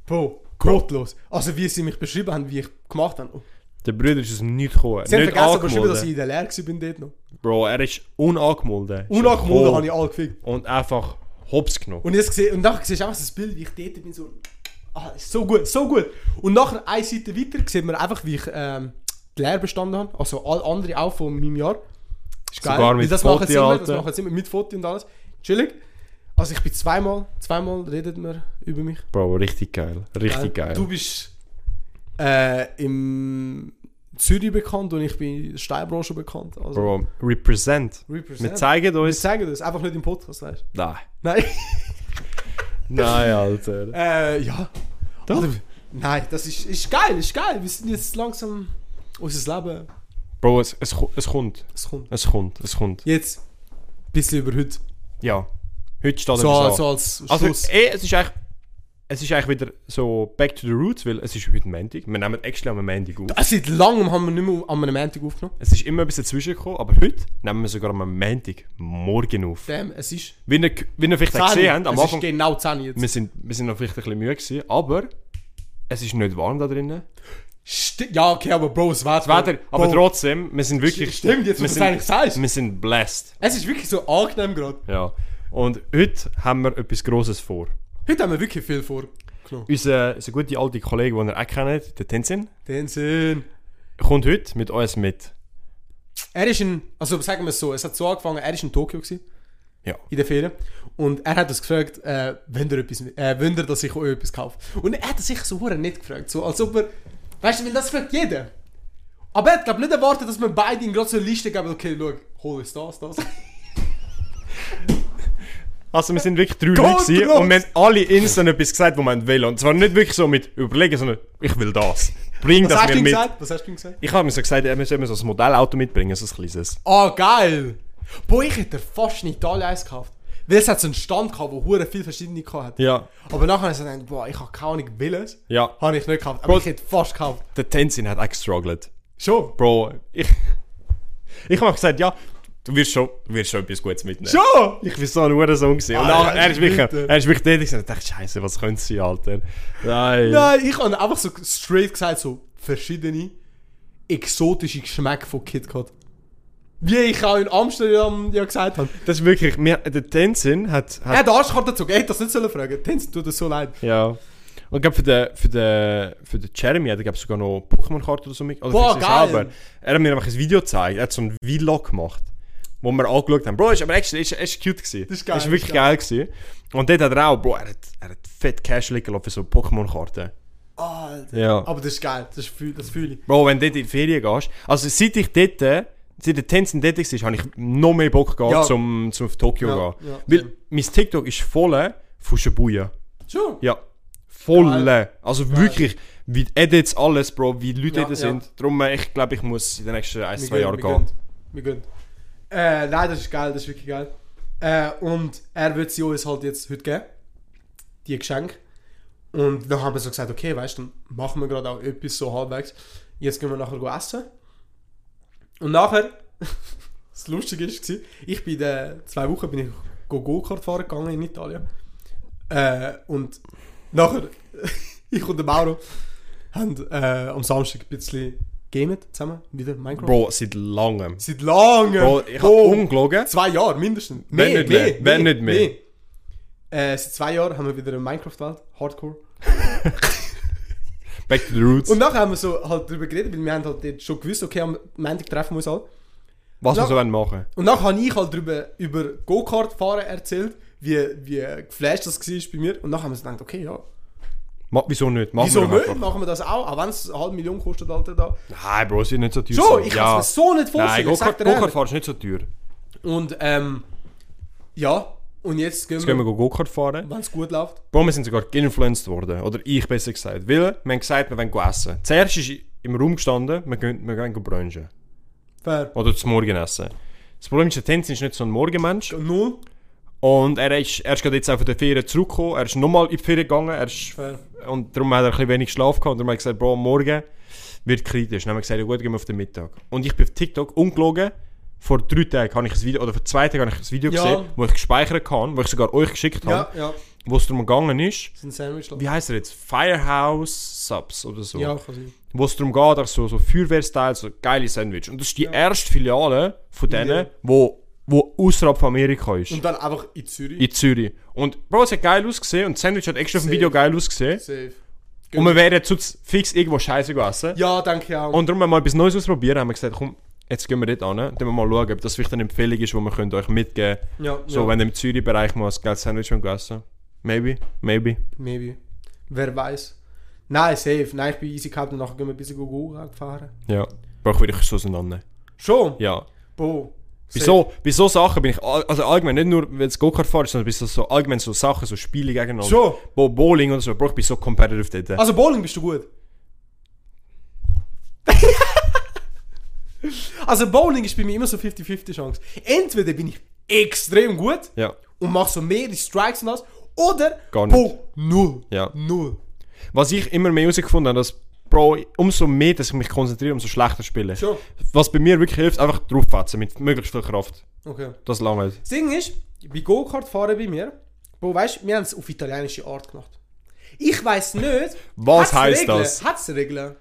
Speaker 3: boah, gottlos. Also wie sie mich beschrieben haben, wie ich gemacht habe.
Speaker 4: Der Bruder ist aus dem Nichts gekommen.
Speaker 3: Sie haben
Speaker 4: nicht
Speaker 3: vergessen, aber schreiben, dass ich
Speaker 4: angemeldet.
Speaker 3: in der Lehre war dort noch.
Speaker 4: Bro, er ist unangemeldet.
Speaker 3: Unangemeldet habe ich alle gefickt.
Speaker 4: ich... Und einfach Hops genommen.
Speaker 3: Und, jetzt gesehen, und nachher siehst du einfach so das Bild, wie ich dort bin, so... Ah, ist so gut, so gut. Und nachher eine Seite weiter sieht man einfach, wie ich ähm, die Lehre bestanden habe. Also alle andere auch von meinem Jahr. Ist geil.
Speaker 4: Sogar
Speaker 3: Weil
Speaker 4: mit
Speaker 3: das
Speaker 4: Foto,
Speaker 3: machen sie immer, das
Speaker 4: Alter.
Speaker 3: machen sie immer mit Foto und alles. Chillig. Also ich bin zweimal, zweimal redet man über mich.
Speaker 4: Bro, richtig geil. Richtig geil.
Speaker 3: Du bist äh, im Zürich bekannt und ich bin in der Steinbranche bekannt. Also,
Speaker 4: Bro, represent.
Speaker 3: Represent.
Speaker 4: Wir zeigen
Speaker 3: Wir
Speaker 4: uns...
Speaker 3: sagen das, einfach nicht im Podcast, weißt du.
Speaker 4: Nein.
Speaker 3: Nein.
Speaker 4: Nein, Alter.
Speaker 3: Äh, ja.
Speaker 4: Doch.
Speaker 3: Oder- Also, nein, das ist, ist geil, ist geil. Wir sind jetzt langsam. Unser Leben,
Speaker 4: Bro, es, es, ko- es kommt.
Speaker 3: es kommt.
Speaker 4: Es kommt. Es kommt.
Speaker 3: Jetzt ein bisschen über heute.
Speaker 4: Ja. Heute steht
Speaker 3: So,
Speaker 4: etwas an.
Speaker 3: so als
Speaker 4: Also,
Speaker 3: Schluss.
Speaker 4: eh, es ist eigentlich... Es ist eigentlich wieder so back to the roots, weil es ist heute Montag. Wir nehmen actually am Montag auf.
Speaker 3: Ah, Seit langem haben wir nicht mehr an einem Montag aufgenommen.
Speaker 4: Es ist immer ein bisschen zwischengekommen, aber heute nehmen wir sogar am Montag morgen auf.
Speaker 3: Damn, es ist.
Speaker 4: Wie ihr, wie ihr vielleicht
Speaker 3: 10.
Speaker 4: auch gesehen habt, am
Speaker 3: es ist
Speaker 4: Anfang,
Speaker 3: genau 10 jetzt.
Speaker 4: wir sind, wir sind noch vielleicht ein bisschen müde gewesen, aber es ist nicht warm da drinnen.
Speaker 3: Sti- ja, okay, aber Bro, es war.
Speaker 4: Das Wetter, aber trotzdem, wir sind wirklich...
Speaker 3: Stimmt, jetzt, wo du
Speaker 4: wir
Speaker 3: es
Speaker 4: sind-
Speaker 3: eigentlich sagst.
Speaker 4: Wir sind blessed,
Speaker 3: Es ist wirklich so angenehm gerade.
Speaker 4: ja. Und heute haben wir etwas Grosses vor.
Speaker 3: Heute haben wir wirklich viel vor. Genau.
Speaker 4: Unser, unser guter alter Kollege, den ihr auch kennt, der Tenzin,
Speaker 3: Den Sinn.
Speaker 4: kommt heute mit uns mit.
Speaker 3: Er ist in. Also sagen wir es so, es hat so angefangen, er ist in Tokio gewesen.
Speaker 4: Ja.
Speaker 3: in der Ferien. Und er hat uns gefragt, äh, wenn ihr etwas, äh, wenn ihr, dass ich euch etwas kaufe. Und er hat sich so hure nicht gefragt, so als ob er, weißt du, weil das fragt jeder. Aber er hat glaub nicht erwartet, dass wir beide ihm gerade so eine Liste geben, okay, schau, hol uns das, das.
Speaker 4: Also wir sind wirklich drei
Speaker 3: Gott,
Speaker 4: Leute gewesen
Speaker 3: los!
Speaker 4: und wir haben alle instant etwas gesagt, was wir wollen. Und zwar nicht wirklich so mit überlegen, sondern ich will das. Bring
Speaker 3: Was
Speaker 4: das
Speaker 3: hast du
Speaker 4: mir
Speaker 3: ihm
Speaker 4: mit.
Speaker 3: gesagt? Was hast du ihm gesagt?
Speaker 4: Ich habe mir so gesagt, er müsste mir so ein Modellauto mitbringen, so ein kleines.
Speaker 3: Ah, geil! Boah, ich hätte fast in Italien eins gekauft. Weil es hat so einen Stand gehabt, wo hure viele verschiedene gehabt hat.
Speaker 4: Ja.
Speaker 3: Aber nachher habe ich so gedacht, boah, ich habe keine Ahnung, welches.
Speaker 4: Ja.
Speaker 3: Habe ich nicht gekauft, aber
Speaker 4: Gut.
Speaker 3: ich hätte fast gekauft.
Speaker 4: Der Tenzin hat auch gestruggelt.
Speaker 3: Schon?
Speaker 4: Bro, ich... Ich habe gesagt, ja, du wirst schon, du wirst schon etwas Gutes mitnehmen.
Speaker 3: Schon!
Speaker 4: Ich war so ein hoher Sohn. gewesen. Und
Speaker 3: Ah,
Speaker 4: nachher, er ist wirklich,
Speaker 3: bitte.
Speaker 4: er ist wirklich tätig gewesen. Ich dachte, Scheiße, was könnte sie, Alter? Nein.
Speaker 3: Nein, ich habe einfach so straight gesagt, so verschiedene exotische Geschmäcke von KitKat. Wie ich auch in Amsterdam ja gesagt habe.
Speaker 4: Das ist wirklich, mir, der Tenzin hat,
Speaker 3: Er
Speaker 4: hat
Speaker 3: hat Arschkarte gezogen, ich hätte das nicht sollen fragen. Tenzin tut das so leid.
Speaker 4: ja. Und ich glaube, für den, für den, für den Jeremy hat er glaub, sogar noch Pokémon-Karten oder so mit. Oder
Speaker 3: Boah,
Speaker 4: für sich
Speaker 3: geil.
Speaker 4: selber. Er hat mir einfach ein Video gezeigt, er hat so ein Vlog gemacht, wo wir angeschaut haben. Bro, ist aber actually, ist, ist cute gewesen.
Speaker 3: Das ist geil,
Speaker 4: Ist wirklich
Speaker 3: ist
Speaker 4: geil gewesen. Und dort hat er auch, Bro, er hat, er hat fett Cash liegen lassen für so Pokémon-Karten.
Speaker 3: Alter.
Speaker 4: Ja.
Speaker 3: Aber das ist geil, das, ist fühl, das fühle ich.
Speaker 4: Bro, wenn du dort in die Ferien gehst, also seit ich dort, äh, seit der Tänzen dort war, habe ich noch mehr Bock gehabt,
Speaker 3: Ja.
Speaker 4: zum, zum auf Tokio
Speaker 3: Ja,
Speaker 4: gehen.
Speaker 3: ja.
Speaker 4: Weil mein TikTok ist voll von Shibuya.
Speaker 3: Schon?
Speaker 4: Ja. Voll.
Speaker 3: Geil.
Speaker 4: Also wirklich, wie Edits, alles, Bro, wie die Leute
Speaker 3: Ja,
Speaker 4: dort
Speaker 3: ja.
Speaker 4: sind. Darum, äh, ich glaube, ich muss in den nächsten 1, 2 Jahren
Speaker 3: gehen.
Speaker 4: gehen.
Speaker 3: Wir gehen. Äh, nein, das ist geil, das ist wirklich geil. Äh, und er wird sie uns halt jetzt heute geben. Die Geschenke. Und dann haben wir so gesagt, okay, weißt du, dann machen wir gerade auch etwas so halbwegs. Jetzt gehen wir nachher go essen. Und nachher, das Lustige ist, gewesen, ich bin äh, zwei Wochen bin ich go Go-Kart fahren gegangen in Italien. Äh, und nachher, ich und der Mauro haben äh, am Samstag ein bisschen gamet zusammen, wieder Minecraft.
Speaker 4: Bro, seit langem.
Speaker 3: Seit langem.
Speaker 4: Bro, ich habe
Speaker 3: Oh,
Speaker 4: umgelogen.
Speaker 3: Zwei Jahre mindestens.
Speaker 4: Wenn nicht mehr, wenn nicht mehr.
Speaker 3: Äh, seit zwei Jahren haben wir wieder eine Minecraft-Welt. Hardcore.
Speaker 4: Back to the roots.
Speaker 3: Und nachher haben wir so halt darüber geredet, weil wir haben halt dort schon gewusst, okay, am Montag treffen wir uns alle.
Speaker 4: was wir
Speaker 3: Ja.
Speaker 4: so wollen machen.
Speaker 3: Und nachher habe ich halt darüber, über Go-Kart-Fahren erzählt, wie, wie geflasht das war bei mir. Und nachher haben wir so gedacht, okay, ja.
Speaker 4: Ma wieso nicht? Machen
Speaker 3: Wieso
Speaker 4: wir doch
Speaker 3: nicht?
Speaker 4: einfach.
Speaker 3: Machen wir das auch, auch wenn es eine halbe Million kostet, Alter, da.
Speaker 4: Nein, Bro, es ist nicht so teuer.
Speaker 3: Schon,
Speaker 4: sein.
Speaker 3: ich kann es mir so nicht
Speaker 4: Nein,
Speaker 3: vorstellen. ich sag
Speaker 4: Go-Kart
Speaker 3: dir ehrlich.
Speaker 4: Go-Kart fahren ist nicht so teuer.
Speaker 3: Und ähm, ja, und jetzt gehen
Speaker 4: Jetzt
Speaker 3: wir,
Speaker 4: gehen wir Go-Kart fahren.
Speaker 3: wenn es gut läuft.
Speaker 4: Bro, wir sind sogar geinfluenced worden. Oder ich besser gesagt. Weil wir haben gesagt, wir wollen go essen. Zuerst ist im Raum gestanden, wir gehen, wir gehen go brunchen.
Speaker 3: Fair.
Speaker 4: Oder zum Morgen essen. Das Problem ist, der Tänzer ist nicht so ein Morgenmensch.
Speaker 3: Null.
Speaker 4: Und er ist, er ist gerade jetzt auch von der Ferien zurückgekommen. Er ist nochmal in die Ferien gegangen. Er ist,
Speaker 3: Fair.
Speaker 4: und darum hat er ein bisschen wenig Schlaf gehabt. Und darum hat er gesagt, Bro, morgen wird kritisch. Dann haben wir gesagt, ja gut, gehen wir auf den Mittag. Und ich bin auf TikTok ungelogen. Vor drei Tagen habe ich ein Video, oder vor zwei Tagen habe ich ein Video
Speaker 3: Ja.
Speaker 4: gesehen, wo ich gespeichert habe, wo ich sogar euch geschickt
Speaker 3: Ja,
Speaker 4: habe,
Speaker 3: ja.
Speaker 4: wo es darum gegangen ist,
Speaker 3: Das ist ein Sandwich. glaub ich.
Speaker 4: wie heißt er jetzt? Firehouse Subs oder so.
Speaker 3: Ja, kann sein.
Speaker 4: Wo es darum geht, auch so, so Feuerwehr-Style, so geile Sandwich. Und das ist die erste Filiale von denen,
Speaker 3: Ja.
Speaker 4: wo, wo außerhalb von Amerika ist.
Speaker 3: Und dann einfach in Zürich.
Speaker 4: in Zürich. Und Bro, es hat geil ausgesehen und das Sandwich hat extra auf dem
Speaker 3: Safe.
Speaker 4: Video geil ausgesehen.
Speaker 3: Safe.
Speaker 4: Und wir wären zu fix irgendwo Scheiße gegessen.
Speaker 3: Ja, danke ich auch.
Speaker 4: Und darum haben wir mal etwas Neues ausprobieren, haben wir gesagt, komm, jetzt gehen wir dort an. Dann wir mal schauen, ob das vielleicht eine Empfehlung ist, die wir könnt euch mitgeben können.
Speaker 3: ja,
Speaker 4: So,
Speaker 3: ja.
Speaker 4: wenn ihr im Zürich-Bereich mal ein geiles Sandwich wollt essen Maybe, maybe.
Speaker 3: Maybe. Wer weiß. Nein, safe. Nein, ich bin easy gehabt und nachher gehen wir ein bisschen Google gefahren.
Speaker 4: Ja. Brauche wieder so auseinander.
Speaker 3: Schon?
Speaker 4: Ja.
Speaker 3: Boah.
Speaker 4: Wieso, wieso Sachen bin ich, all- also allgemein, nicht nur, wenn es Go-Kart fährst, sondern bis so allgemein so Sachen, so Spiele gegeneinander.
Speaker 3: Schon.
Speaker 4: Bo Bowling oder so, Bro, ich bin so competitive dort.
Speaker 3: Also Bowling bist du gut. also Bowling ist bei mir immer so 50-50 Chance. Entweder bin ich extrem gut
Speaker 4: ja.
Speaker 3: und mache so mehrere Strikes und alles, oder
Speaker 4: Gar nicht.
Speaker 3: Boah, null.
Speaker 4: Ja.
Speaker 3: Null.
Speaker 4: Was ich immer mehr herausgefunden habe, dass, Bro, umso mehr, dass ich mich konzentriere, umso schlechter spiele.
Speaker 3: Schon.
Speaker 4: Was bei mir wirklich hilft, einfach draufwetzen mit möglichst viel Kraft.
Speaker 3: Okay.
Speaker 4: Das lange.
Speaker 3: Das Ding ist, bei Go-Kart fahren bei mir, wo weißt, wir haben es auf italienische Art gemacht. Ich weiß nicht,
Speaker 4: Was
Speaker 3: hat's
Speaker 4: heisst
Speaker 3: Regeln?
Speaker 4: das?
Speaker 3: Hat's Regeln?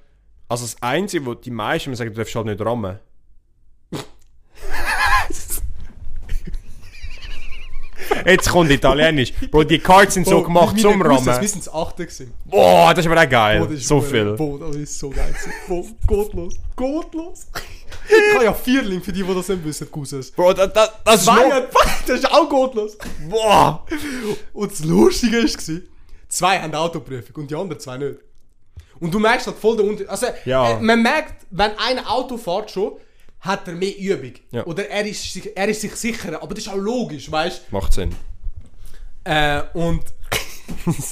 Speaker 4: Also das Einzige, wo die meisten immer sagen, du darfst halt nicht rammen. Jetzt kommt Italienisch. Bro, die Cards sind so
Speaker 3: Bro,
Speaker 4: gemacht
Speaker 3: mit
Speaker 4: zum
Speaker 3: meinen Cousins, Wir
Speaker 4: Rammen.
Speaker 3: sind das Achte gewesen.
Speaker 4: Boah, das ist aber auch geil.
Speaker 3: Boah, das ist
Speaker 4: so
Speaker 3: verdammt-
Speaker 4: viel.
Speaker 3: Boah, das ist so geil. gewesen. Boah, gottlos. Gottlos. ich habe ja Vierling, für die, die das nicht wissen, Cousins.
Speaker 4: Bro, das, das, das ist
Speaker 3: Zwei,
Speaker 4: noch...
Speaker 3: das ist auch gottlos.
Speaker 4: Boah.
Speaker 3: Und das Lustige war, zwei haben Autoprüfung und die anderen zwei nicht. Und du merkst halt voll den Unterschied. Also,
Speaker 4: Ja.
Speaker 3: äh, man merkt, wenn einer Auto fährt schon, hat er mehr Übung.
Speaker 4: Ja.
Speaker 3: Oder er ist, sich- er ist sich sicherer. Aber das ist auch logisch, weißt du?
Speaker 4: Macht Sinn.
Speaker 3: Äh, und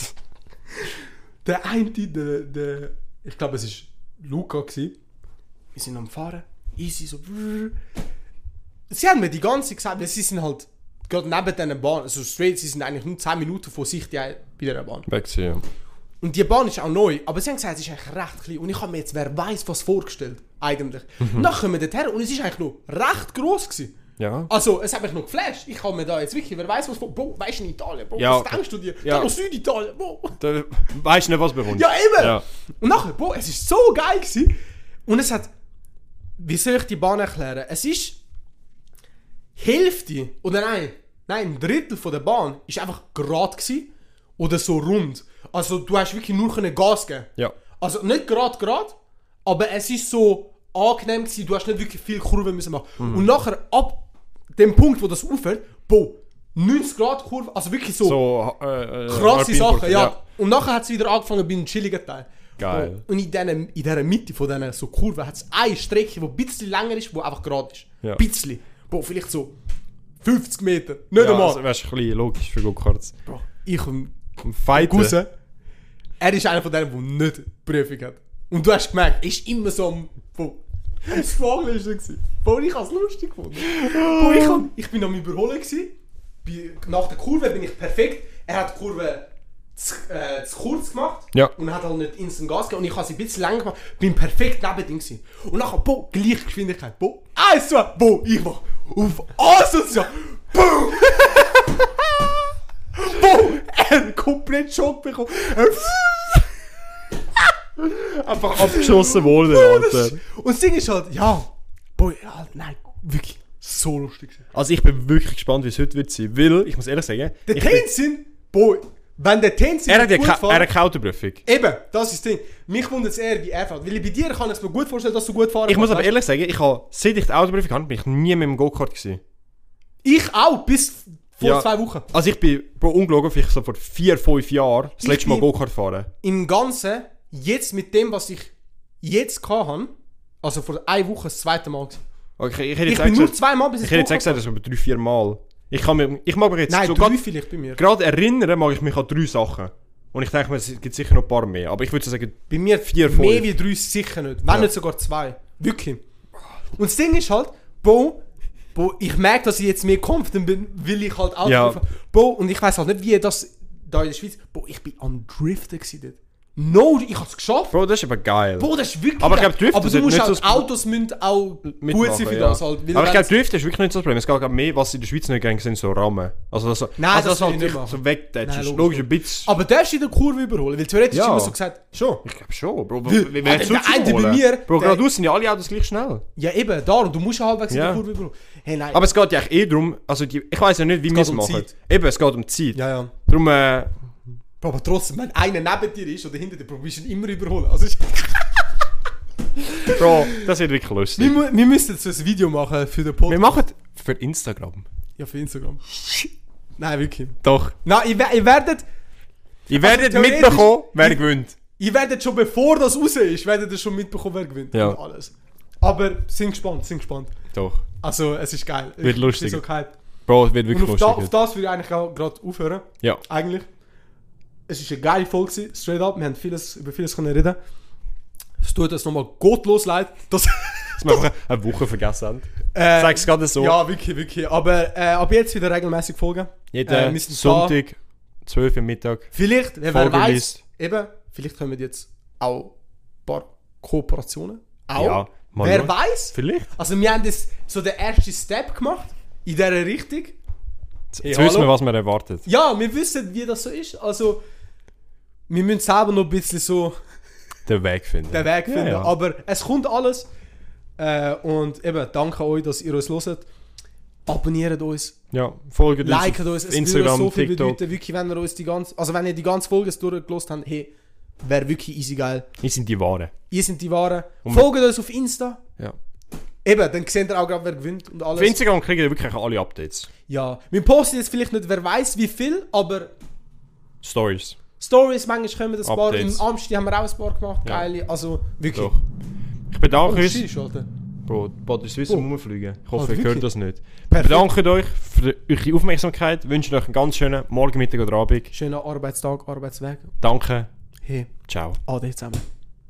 Speaker 3: der eine, der, der ich glaube, es ist Luca. Gewesen. Wir sind am Fahren, easy, so. brrr. Sie haben mir die ganze Zeit gesagt, weil sie sind halt gerade neben dieser Bahn, also straight, sie sind eigentlich nur 10 Minuten vor sich die- bei dieser Bahn.
Speaker 4: Wegziehen.
Speaker 3: Und die Bahn ist auch neu, aber sie haben gesagt, es ist eigentlich recht klein. Und ich habe mir jetzt, wer weiß was vorgestellt, eigentlich. Und dann kommen wir dorthin und es ist eigentlich noch recht gross gewesen.
Speaker 4: Ja.
Speaker 3: Also, es hat mich noch geflasht. Ich kann mir da jetzt wirklich, wer weiß was vor... Bro, weißt du, in Italien, Bro,
Speaker 4: Ja,
Speaker 3: was
Speaker 4: okay.
Speaker 3: denkst du dir?
Speaker 4: Ja.
Speaker 3: Da noch Süditalien, Bro.
Speaker 4: Da weißt du nicht, was bekommst.
Speaker 3: Ja, eben!
Speaker 4: Ja.
Speaker 3: Und nachher, boah, es ist so geil gewesen. Und es hat. Wie soll ich die Bahn erklären? Es ist. Hälfte, oder nein, nein, ein Drittel von der Bahn ist einfach gerade gewesen oder so rund. Also du hast wirklich nur können Gas geben.
Speaker 4: Ja.
Speaker 3: Also nicht gerade, gerade, aber es ist so angenehm gewesen, du hast nicht wirklich viel Kurven müssen machen.
Speaker 4: Mhm.
Speaker 3: Und nachher, ab dem Punkt, wo das aufhört, boah, 90 Grad Kurve, also wirklich
Speaker 4: So,
Speaker 3: eh,
Speaker 4: äh, äh,
Speaker 3: krasse
Speaker 4: Alpine
Speaker 3: Sachen,
Speaker 4: Porter,
Speaker 3: ja. Und nachher hat es wieder angefangen bei dem chilligen Teil.
Speaker 4: Geil.
Speaker 3: Und in, diesen, in dieser Mitte von diesen so Kurven hat es eine Strecke, die ein bisschen länger ist, die einfach gerade ist.
Speaker 4: Ja.
Speaker 3: bisschen. Boah, vielleicht so 50 Meter. Nicht
Speaker 4: Ja, ja
Speaker 3: einmal.
Speaker 4: also, wärst ein bisschen logisch für Go-Karts.
Speaker 3: Bro, ich und
Speaker 4: Fighten.
Speaker 3: Cousin, er ist einer von denen, der nicht die Prüfung hat. Und du hast gemerkt, er ist immer so am... Boah, am Struggle ist er gewesen. Boah, ich habe es lustig gefunden. Boah, ich, hab, ich bin am Überholen gewesen. Bei, nach der Kurve bin ich perfekt. Er hat die Kurve zu, äh, zu kurz gemacht
Speaker 4: Ja.
Speaker 3: und hat halt nicht instant Gas gegeben. Und ich habe sie ein bisschen länger gemacht. Bin perfekt neben ihm gewesen. Und nachher, boah, gleiche Geschwindigkeit. Boah, eins, zwei, boah, ich mach auf Asozial. Boom! boah, er hat komplett Schock bekommen. Er einfach ab
Speaker 4: Abgeschossen worden,
Speaker 3: das
Speaker 4: Alter.
Speaker 3: ist- Und das Ding ist halt, ja, boy, ja, nein, wirklich so lustig. gewesen.
Speaker 4: Also ich bin wirklich gespannt, wie es heute wird sein. Weil, ich muss ehrlich sagen,
Speaker 3: Der
Speaker 4: ich bin,
Speaker 3: Tenzin, boy, wenn der Tenzin
Speaker 4: er hat ja
Speaker 3: gut
Speaker 4: keine, er
Speaker 3: fährt-
Speaker 4: hat keine Autoprüfung.
Speaker 3: Eben, das ist das Ding. Mich wundert es eher, wie er fährt. Weil bei dir kann ich es mir gut vorstellen, dass du gut fahren
Speaker 4: Ich muss aber
Speaker 3: kannst,
Speaker 4: ehrlich sagen, ich habe, seit ich die Autoprüfung habe, bin ich nie mit dem Go-Kart gewesen.
Speaker 3: weißt du? Ich auch, bis vor
Speaker 4: Ja.
Speaker 3: zwei Wochen.
Speaker 4: Also ich bin, bro, ungelogen, vielleicht so vor vier, fünf Jahren das
Speaker 3: Ich
Speaker 4: letzte Mal
Speaker 3: bin-
Speaker 4: Go-Kart fahren.
Speaker 3: Im Ganzen, jetzt mit dem, was ich jetzt hatte, also vor einer Woche das zweite Mal. gewesen.
Speaker 4: Okay, ich hätte
Speaker 3: Ich
Speaker 4: jetzt
Speaker 3: bin nur
Speaker 4: gesagt,
Speaker 3: zweimal bis
Speaker 4: ich hätte jetzt
Speaker 3: Go-Kart-
Speaker 4: gesagt, das ist über drei, vier Mal. Ich, kann mir, ich mag mir jetzt
Speaker 3: Nein,
Speaker 4: so
Speaker 3: drei
Speaker 4: grad-
Speaker 3: vielleicht bei mir.
Speaker 4: gerade erinnern, mag ich mich an drei Sachen. Und ich denke mir, es gibt sicher noch ein paar mehr. Aber ich würde so sagen,
Speaker 3: Bei mir
Speaker 4: Vier,
Speaker 3: mehr
Speaker 4: fünf.
Speaker 3: wie drei sicher nicht. Wenn nicht sogar zwei. Wirklich. Und das Ding ist halt, Bo, Bo ich merke, dass ich jetzt mehr confident bin, weil ich halt auch.
Speaker 4: Ja.
Speaker 3: Bo, und ich weiß halt nicht, wie das da in der Schweiz. Bo, ich bin am Driften gewesen dort. No, ich hab's geschafft.
Speaker 4: Bro, das ist aber geil.
Speaker 3: Bo, das ist wirklich.
Speaker 4: Aber ich
Speaker 3: geil.
Speaker 4: glaub, Driften
Speaker 3: Aber du
Speaker 4: sollte
Speaker 3: musst
Speaker 4: nicht
Speaker 3: auch,
Speaker 4: so das Pro-
Speaker 3: Autos müssen auch gut
Speaker 4: mitmachen,
Speaker 3: sein für
Speaker 4: ja.
Speaker 3: das halt. weil
Speaker 4: Aber ich
Speaker 3: wenn's-
Speaker 4: glaube, Drift ist wirklich nicht so das Problem. Es geht gerade mehr, was in der Schweiz nicht gerne sind, so Rahmen. Also, das,
Speaker 3: Nein,
Speaker 4: also,
Speaker 3: das will ich nicht
Speaker 4: dich
Speaker 3: machen.
Speaker 4: so wegtätschst.
Speaker 3: Nein,
Speaker 4: Logisch,
Speaker 3: logisch,
Speaker 4: ein bisschen.
Speaker 3: aber darfst du in der Kurve überholen? Weil theoretisch
Speaker 4: Ja.
Speaker 3: ist immer so gesagt, schon.
Speaker 4: Ich glaube schon, Bro. Bro,
Speaker 3: Weil-
Speaker 4: Wie
Speaker 3: Alter,
Speaker 4: wär's
Speaker 3: der
Speaker 4: sonst
Speaker 3: eine bei
Speaker 4: überholen?
Speaker 3: mir,
Speaker 4: Bro,
Speaker 3: der-
Speaker 4: geradeaus sind ja alle Autos gleich schnell.
Speaker 3: Ja, eben, darum. Du musst ja halbwegs
Speaker 4: Ja.
Speaker 3: in der Kurve überholen. Hey, nein.
Speaker 4: Aber es geht ja eigentlich eh darum, also die, ich weiß ja nicht, wie wir es
Speaker 3: um
Speaker 4: machen.
Speaker 3: Zeit.
Speaker 4: Eben, es geht um Zeit.
Speaker 3: ja, ja.
Speaker 4: Darum, äh,
Speaker 3: Bro, aber trotzdem, wenn einer neben dir ist oder hinter dir, probierst du ihn immer überholen. Also, ist-
Speaker 4: Bro, das wird wirklich
Speaker 3: wir,
Speaker 4: lustig.
Speaker 3: mu- wir müssen jetzt so ein Video machen für den Podcast.
Speaker 4: Wir machen für Instagram.
Speaker 3: Ja, für Instagram. Nein, wirklich.
Speaker 4: Doch.
Speaker 3: Nein, ihr, we- ihr werdet,
Speaker 4: Ihr werdet
Speaker 3: Also theoretisch-
Speaker 4: mitbekommen, wer gewinnt.
Speaker 3: ihr werdet schon bevor das raus ist, werdet ihr schon mitbekommen, wer gewinnt.
Speaker 4: Ja.
Speaker 3: Und alles. Aber sind gespannt, sind gespannt.
Speaker 4: Doch.
Speaker 3: Also, es ist geil. Ich
Speaker 4: Wird lustig.
Speaker 3: Bin so gehypt.
Speaker 4: Bro, es wird wirklich
Speaker 3: Und auf, da, auf
Speaker 4: lustig.
Speaker 3: das würde ich eigentlich auch gerade aufhören.
Speaker 4: Ja.
Speaker 3: Eigentlich. Es ist eine geile Folge, gewesen, straight up. Wir haben vieles, über vieles können reden. Es tut uns nochmal gottlos leid, dass.
Speaker 4: Dass
Speaker 3: Ah,
Speaker 4: wir einfach eine Woche vergessen haben.
Speaker 3: Äh,
Speaker 4: Sag's gerade so.
Speaker 3: Ja, wirklich, wirklich. Aber äh, ab jetzt wieder regelmäßig folgen.
Speaker 4: Jeden
Speaker 3: äh, wir sind
Speaker 4: Sonntag, 12 Uhr Mittag.
Speaker 3: Vielleicht, wer, wer
Speaker 4: Folge
Speaker 3: weiß,
Speaker 4: liest.
Speaker 3: eben, vielleicht kommen jetzt auch ein paar Kooperationen. Auch.
Speaker 4: Ja, mal
Speaker 3: wer
Speaker 4: schauen.
Speaker 3: weiß?
Speaker 4: Vielleicht?
Speaker 3: Also wir haben das so den ersten Step gemacht in dieser Richtung.
Speaker 4: Jetzt
Speaker 3: Hey,
Speaker 4: jetzt wissen wir,
Speaker 3: hallo.
Speaker 4: was wir erwartet.
Speaker 3: Ja, wir wissen, wie das so ist. Also wir müssen selber noch ein bisschen so
Speaker 4: Den Weg finden.
Speaker 3: den Weg finden.
Speaker 4: Ja, ja.
Speaker 3: Aber es kommt alles. Äh, und eben, danke euch, dass ihr uns hört. Abonniert uns.
Speaker 4: ja, folgt uns
Speaker 3: Liken
Speaker 4: auf
Speaker 3: uns, es würde
Speaker 4: Instagram,
Speaker 3: uns so viel
Speaker 4: TikTok.
Speaker 3: bedeuten, wirklich, wenn ihr uns die ganze, also wenn ihr die ganze Folge durchgelost habt, hey, wäre wirklich easy geil.
Speaker 4: Wir sind die Wahren.
Speaker 3: Ihr sind die Wahren. Folgt uns auf Insta.
Speaker 4: Ja.
Speaker 3: Eben, dann seht ihr auch gerade, wer gewinnt und
Speaker 4: Auf
Speaker 3: alles.
Speaker 4: Instagram kriegen wir wirklich alle Updates.
Speaker 3: Ja, wir posten jetzt vielleicht nicht, wer weiß wie viel, aber
Speaker 4: Stories.
Speaker 3: Stories manchmal kommen das paar.
Speaker 4: Updates.
Speaker 3: Im Amsti haben wir auch ein paar gemacht,
Speaker 4: Ja.
Speaker 3: geile, also wirklich.
Speaker 4: Doch. Ich bedanke
Speaker 3: Oh,
Speaker 4: uns.
Speaker 3: Schiss, Alter.
Speaker 4: Bro, Bad ist Swiss am Rumfliegen. Ich hoffe,
Speaker 3: Alter,
Speaker 4: ihr
Speaker 3: wirklich?
Speaker 4: hört das nicht.
Speaker 3: Perfekt.
Speaker 4: Bedankt euch für eure Aufmerksamkeit. Wünschen euch einen ganz schönen Morgen, Mittag oder Abend.
Speaker 3: Schönen Arbeitstag, Arbeitsweg.
Speaker 4: Danke.
Speaker 3: Hey,
Speaker 4: Ciao.
Speaker 3: ade zusammen.